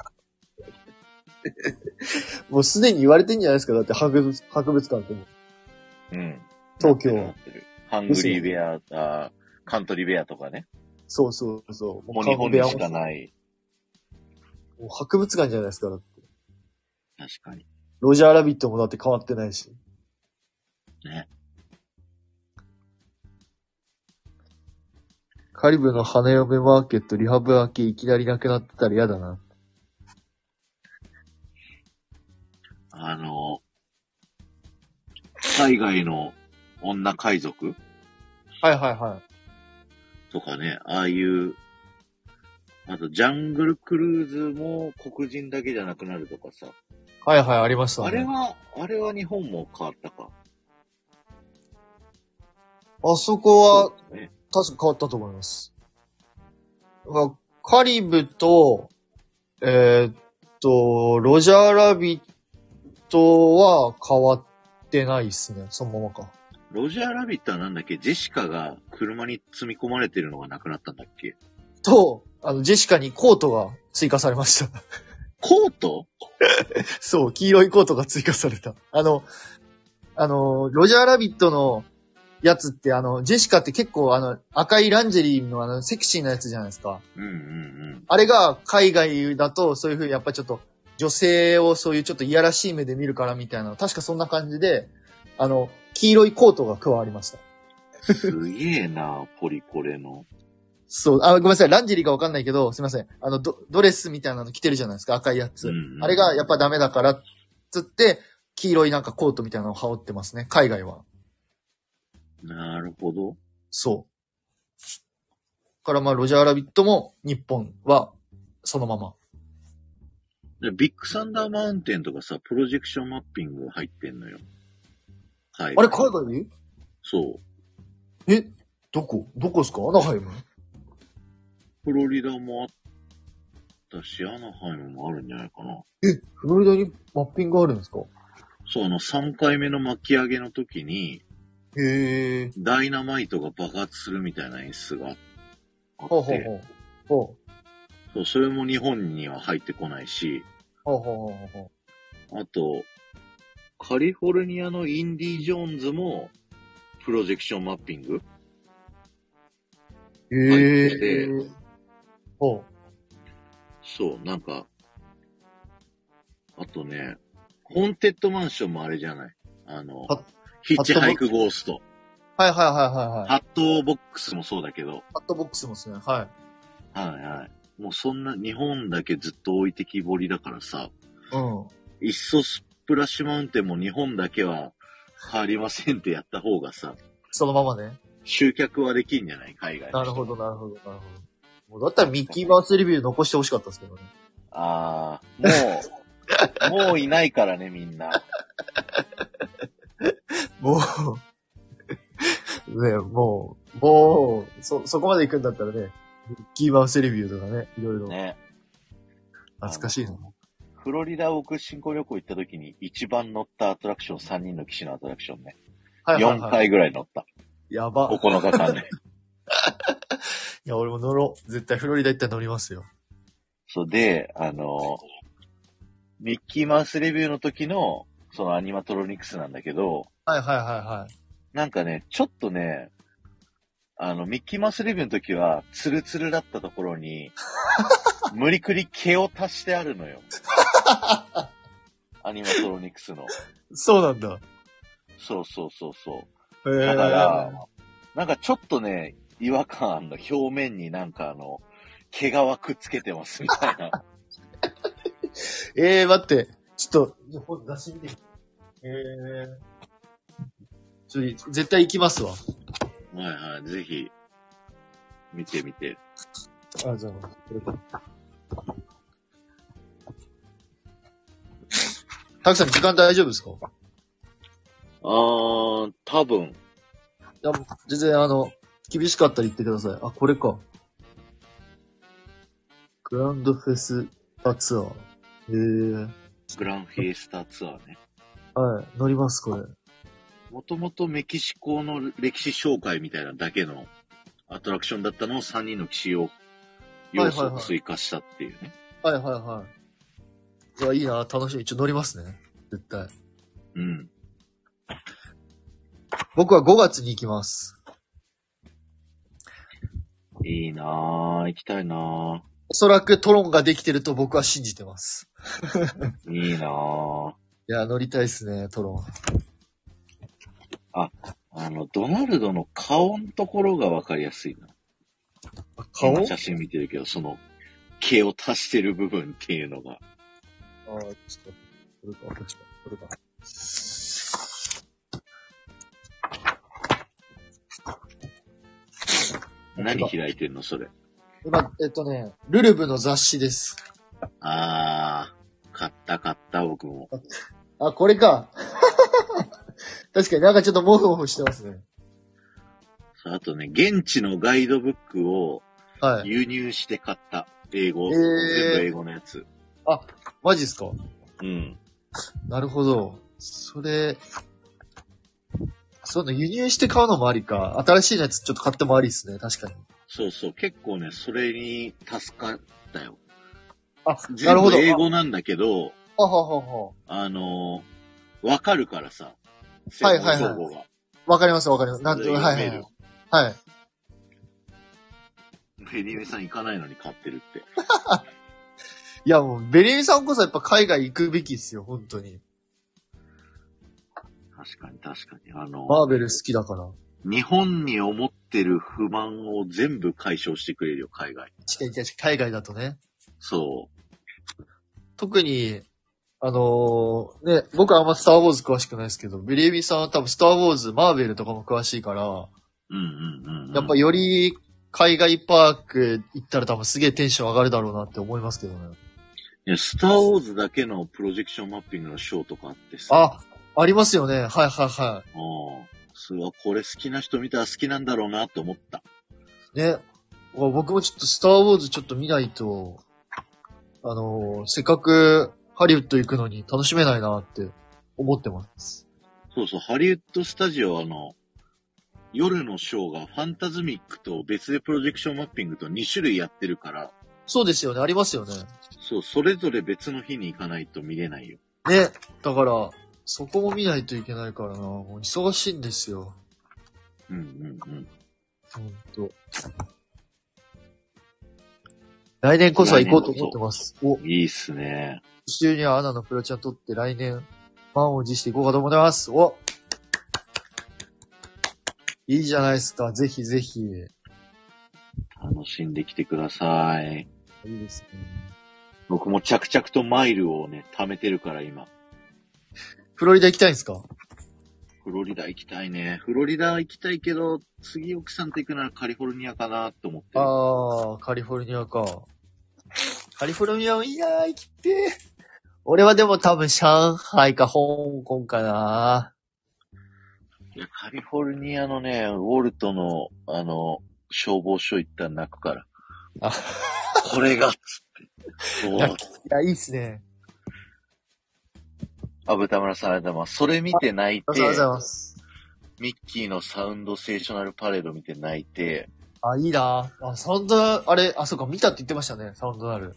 B: もうすでに言われてんじゃないですか。だって博物、博物館って。
A: うん。
B: 東京
A: なってるハングリーベア、あカントリーベアとかね。
B: そうそうそう。
A: もう日本にしか
B: い。
A: ない。
B: もう博物館じゃないですか。だって
A: 確かに。
B: ロジャーラビットもだって変わってないし。
A: ね。
B: カリブの花嫁マーケットリハブ明けいきなりなくなってたら嫌だな。
A: あの、海外の女海賊
B: はいはいはい。
A: とかね、ああいう、あと、ジャングルクルーズも黒人だけじゃなくなるとかさ。
B: はいはい、ありましたね。
A: あれは、あれは日本も変わったか。
B: あそこは
A: そうですね
B: 確か変わったと思います。まあカリブと、えーっと、ロジャーラビットは変わってないっすね。そのままか。
A: ロジャーラビットはなんだっけジェシカが車に積み込まれてるのがなくなったんだっけ
B: と、あの、ジェシカにコートが追加されました。
A: コート
B: そう、黄色いコートが追加された。あの、あの、ロジャーラビットのやつって、あの、ジェシカって結構あの、赤いランジェリーのあの、セクシーなやつじゃないですか。
A: うんうん
B: あれが海外だとそういうふうにやっぱちょっと女性をそういうちょっといやらしい目で見るからみたいな、確かそんな感じで、あの、黄色いコートが加わりました。
A: うん。すげえな、 ポリコレの。
B: そう、あ、ごめんなさい、ランジェリーかわかんないけど、すいません。あの、ドドレスみたいなの着てるじゃないですか、赤いやつ。
A: うんうん
B: あれがやっぱダメだから、つって、黄色いなんかコートみたいなのを羽織ってますね、海外は。
A: なるほど。
B: そう。からまあ、ロジャーラビットも日本はそのまま。
A: でビッグサンダーマウンテンとかさ、プロジェクションマッピング入ってんのよ。はい。
B: あれ、海外で
A: そう。
B: えどこどこですかアナハイム
A: フロリダもあったし、アナハイムもあるんじゃないかな。
B: フロリダにマッピングあるんですか
A: そう、あの、3回目の巻き上げの時に、
B: へえ。
A: ダイナマイトが爆発するみたいな演出があって、
B: ほうほうほう。ほう。
A: そう、それも日本には入ってこないし、
B: ほうほうほうほうほ
A: あと、カリフォルニアのインディ・ジョーンズも、プロジェクションマッピング
B: う。
A: へえ
B: ほ
A: そう、なんか、あとね、ホーンテッドマンションもあれじゃないあの
B: ハッ、
A: ヒッチハイクゴースト。
B: う。はいはいはいはいはい。
A: ハットボックスもそうだけど、
B: ハットボックスもですね。は
A: はいはい。もうそんな、日本だけずっと置いてきぼりだからさ、
B: い。うん。
A: いっそスプラッシュマウンテンも日本だけは変わりませんってやった方がさ、
B: そのままね。
A: 集客はできんじゃない海外の人
B: なるほどなるほどなるほど。もうだったらミッキーマウスレビュー残してほしかったですけどね。
A: ああ、もう、もういないからね、みんな。
B: もう ね、もう、もう、そ、そこまで行くんだったらね、ミッキーマウスレビューとかね、いろいろ
A: ね。
B: 懐かしいな。
A: フロリダ僕新婚旅行行った時に一番乗ったアトラクション、3人の騎士のアトラクションね。
B: はいはい
A: 4
B: はい。
A: 回ぐらい乗った。
B: やば。
A: 9日間ね。
B: いや、俺も乗ろう。絶対フロリダ行ったら乗りますよ。
A: そうで、あの、ミッキーマウスレビューの時の、そのアニマトロニクスなんだけど、
B: はいはいはいはい。
A: なんかね、ちょっとね、あの、ミッキーマウスレビューの時は、ツルツルだったところ に、無理くり毛を足してあるのよ。 アニマトロニクスの。
B: そうなんだ。
A: そうそうそうそう。
B: へー
A: だから、なんかちょっとね、違和感あんの。表面になんかあの、毛皮くっつけてますみたい な。
B: ええー、待って。ちょっと、じゃあ本出してみて。ええー。ちょ、絶対行きますわ。
A: はいはい、ぜひ、見てみて。
B: あ、じゃあ、たくさん時間大丈夫ですか
A: あー、多分。
B: いや全然あの、厳しかったら言ってください。あ、これか。グランドフェスタツアー。え
A: グランフィエスタツアーね。
B: えはい、乗ります、これ。
A: もともとメキシコの歴史紹介みたいなだけのアトラクションだったのを3人の騎士を要素を追加したっていうね。
B: はいはいはい。いや、いいな、楽しみ。ちょ、乗りますね。絶対。
A: うん。
B: 僕は5月に行きます。
A: いいなぁ、行きたいな
B: おそらくトロンができてると僕は信じてます。
A: ぁ、いいなぁ。
B: いや、乗りたいですね、トロン。
A: あの、ドナルドの顔のところがわかりやすいな。今写真見てるけど、その、毛を足してる部分っていうのが。
B: ああ、ちょっと、これか、こっちか、これか。
A: 何開いてんのそれ。
B: 今、えっとね、ルルブの雑誌です。
A: あー、買った買った、僕も。
B: あ、これか。 確かになんかちょっとモフモフしてますね。
A: あとね、現地のガイドブックを
B: はい。
A: 輸入して買った。英語、
B: えー
A: 全部英語のやつ。
B: マジですか
A: うん。
B: なるほど。それ、そういうの輸入して買うのもありか。新しいやつちょっと買ってもありですね。確かに。
A: そうそう、結構ね、それに助かったよ。
B: あ、な
A: 全
B: るほ
A: 部
B: ど。
A: 英語なんだけど、
B: あははは。
A: あのー、わかるからさ。
B: はいはいはい
A: 専門用語が
B: わかりますわかります。なん
A: そ
B: と、
A: れ
B: は
A: 読め
B: いはい
A: る
B: はい。はい。
A: ベニメさん行かないのに買ってるって。
B: いやもう、ベリーさんこそやっぱ海外行くべきですよ、本当に。
A: 確かに確かに。あの、
B: マーベル好きだから。
A: 日本に思ってる不満を全部解消してくれるよ、海外。
B: 確かに確かに海外だとね。
A: そ
B: 特に、あのーね、僕はあんまスターウォーズ詳しくないですけど、ベリービーさんは多分スターウォーズ、マーベルとかも詳しいから、
A: う。うんうんうん、うん。
B: やっぱより海外パーク行ったら多分すげえテンション上がるだろうなって思いますけどね。
A: いやスターウォーズだけのプロジェクションマッピングのショーとかあってさ。
B: あ、ありますよね。はいはいは
A: うん。すごい、これ好きな人見たら好きなんだろうなと思った。
B: い。ね。うわ僕もちょっとスターウォーズちょっと見ないと、あのーせっかくハリウッド行くのに楽しめないなって思ってます。
A: そうそう、ハリウッドスタジオはあの、夜のショーがファンタズミックと別でプロジェクションマッピングと2種類やってるから、
B: そうですよね。ありますよね。
A: そう、それぞれ別の日に行かないと見れないよ。
B: ね、だから、そこも見ないといけないからな、もう忙しいんですよ。
A: うんうんうん。
B: ほんと。来年こそは行こうと思ってます。お、
A: いいっすね。
B: 週にはアナのプロちゃん取って来年、満を持していこうかと思います。おいいじゃないですか。ぜひぜひ。い
A: 楽しんできてください。
B: いですね。
A: 僕も着々とマイルをね、貯めてるから今。
B: フロリダ行きたいんですか
A: フロリダ行きたいね。フロリダ行きたいけど、次奥さんと行くならカリフォルニアかなと思ってる。
B: あー、カリフォルニアか。カリフォルニアもいいなー、行きてー。俺はでも多分上海か香港かない
A: や、カリフォルニアのね、ウォルトの、あの、消防署行ったら泣くから。
B: あ
A: これ が、つって。そう
B: 泣いや、いいっすね。
A: あぶたむらさん、ありがとうございます。それ見て泣い
B: あ
A: て
B: り、がとうございます。
A: ミッキーのサウンドセーショナルパレード見て泣いて、
B: あ、いいなーあ、サウンド、あれ、あ、そうか、見たって言ってましたね、サウンドなる。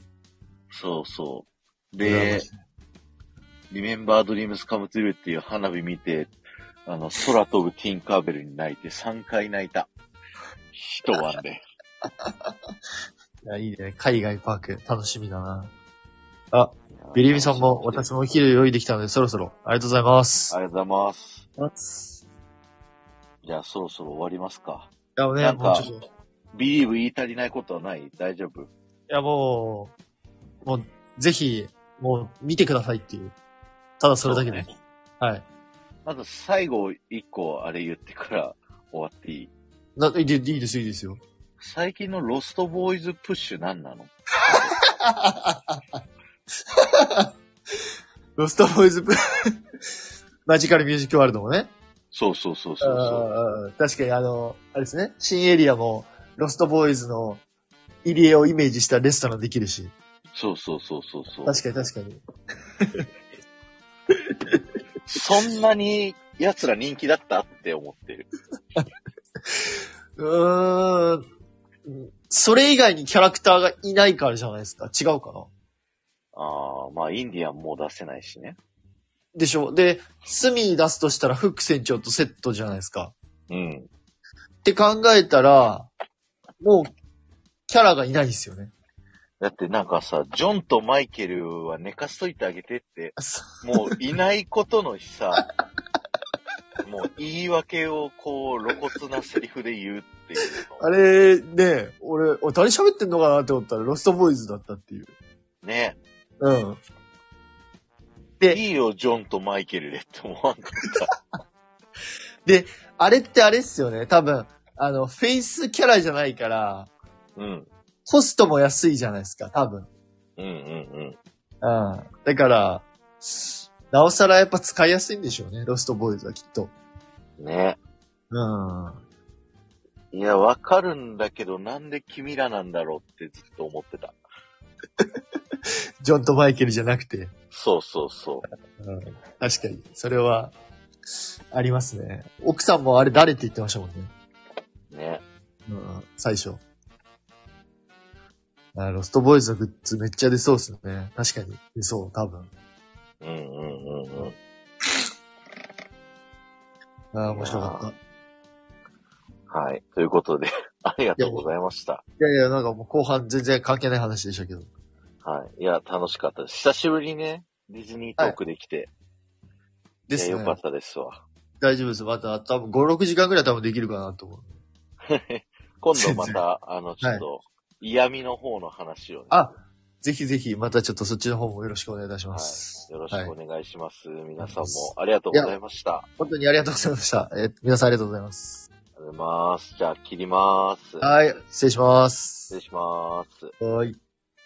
A: そうそう。
B: 羨ま
A: で
B: し、い
A: リメンバードリームスカムトゥルーっていう花火見て、あの、空飛ぶティンカーベルに泣いて3回泣いた。一晩で。
B: いや、いいね。海外パーク、楽しみだな。ビリビさんも、私もお昼用意できたので、そろそろ、ありがとうございます
A: あ。りがとうございます。
B: い
A: じゃあそろそろ終わりますか。
B: や、もう
A: な
B: ね、
A: んか
B: もうちょっと。い
A: ビリーブ言い足りないことはない大丈夫
B: や、もう、もう、ぜひ、もう、見てくださいっていう。ただそれだけで。
A: そうね
B: はい。
A: まず最後一個あれ言ってから終わっていい
B: ないいでいいですよ、いいですよ。
A: 最近のロストボーイズプッシュ何なの
B: ロストボーイズプマジカルミュージックワールドもね。
A: そうそうそうそうそう。
B: うんうんうん確かにあの、あれですね。新エリアも、ロストボーイズの入り江をイメージしたレストランできるし。
A: そうそうそうそうそう。
B: 確かに確かに。
A: そんなに奴ら人気だったって思ってる。
B: うーん。それ以外にキャラクターがいないからじゃないですか。違うかな。
A: ああ、まあインディアンもう出せないしね。
B: でしょで、スミー出すとしたらフック船長とセットじゃないですか。
A: うん。
B: って考えたら、もう、キャラがいないですよね。
A: だってなんかさ、ジョンとマイケルは寝かしといてあげてって、
B: そ
A: もういないことのさ、 もう言い訳をこう露骨なセリフで言うっていう
B: あれ、ね、俺、お誰喋ってんのかなって思ったら、ロストボーイズだったっていう。
A: の。ね。
B: うん。
A: いいよ、ジョンとマイケルでって思わんかった。
B: あれってあれっすよね。多分、あの、フェイスキャラじゃないから、
A: うん。
B: コストも安いじゃないですか、多分。
A: うんうんうん。
B: うん。だから、なおさらやっぱ使いやすいんでしょうね、ロストボーイズはきっと。
A: ね。
B: うん。
A: いや、わかるんだけど、なんで君らなんだろうってずっと思ってた。
B: ジョンとマイケルじゃなくて。
A: そうそうそう。
B: うん。確かに。それは、ありますね。奥さんもあれ誰って言ってましたもんね。
A: ね。
B: うん。最初。あロストボーイズのグッズめっちゃ出そうですね。確かに。出そう、多分。
A: うんうんうんうん。
B: ああ、面白かった。い
A: はい。ということで、 ありがとうございました。
B: やいや、なんかもう後半全然関係ない話でしたけど。
A: はい。いや、楽しかったです。久しぶりにね、ディズニートークできて、
B: で
A: いや
B: すね。
A: よかったですわ。
B: 大丈夫です。また多分5、6時間ぐらい多分できるかなと思う。
A: 今度また、あの、ちょっと、嫌味の方の話をね、
B: あ、ぜひぜひ、またちょっとそっちの方もよろしくお願いいたします。
A: よろしくお
B: はい、
A: 願いします。皆さんもありがとうございました。あ
B: 本当にありがとうございました。えー皆さんありがとうございます。
A: りがとうございます。じゃあ、切ります。
B: はい、失礼しま
A: 失礼
B: す。
A: します。
B: はい。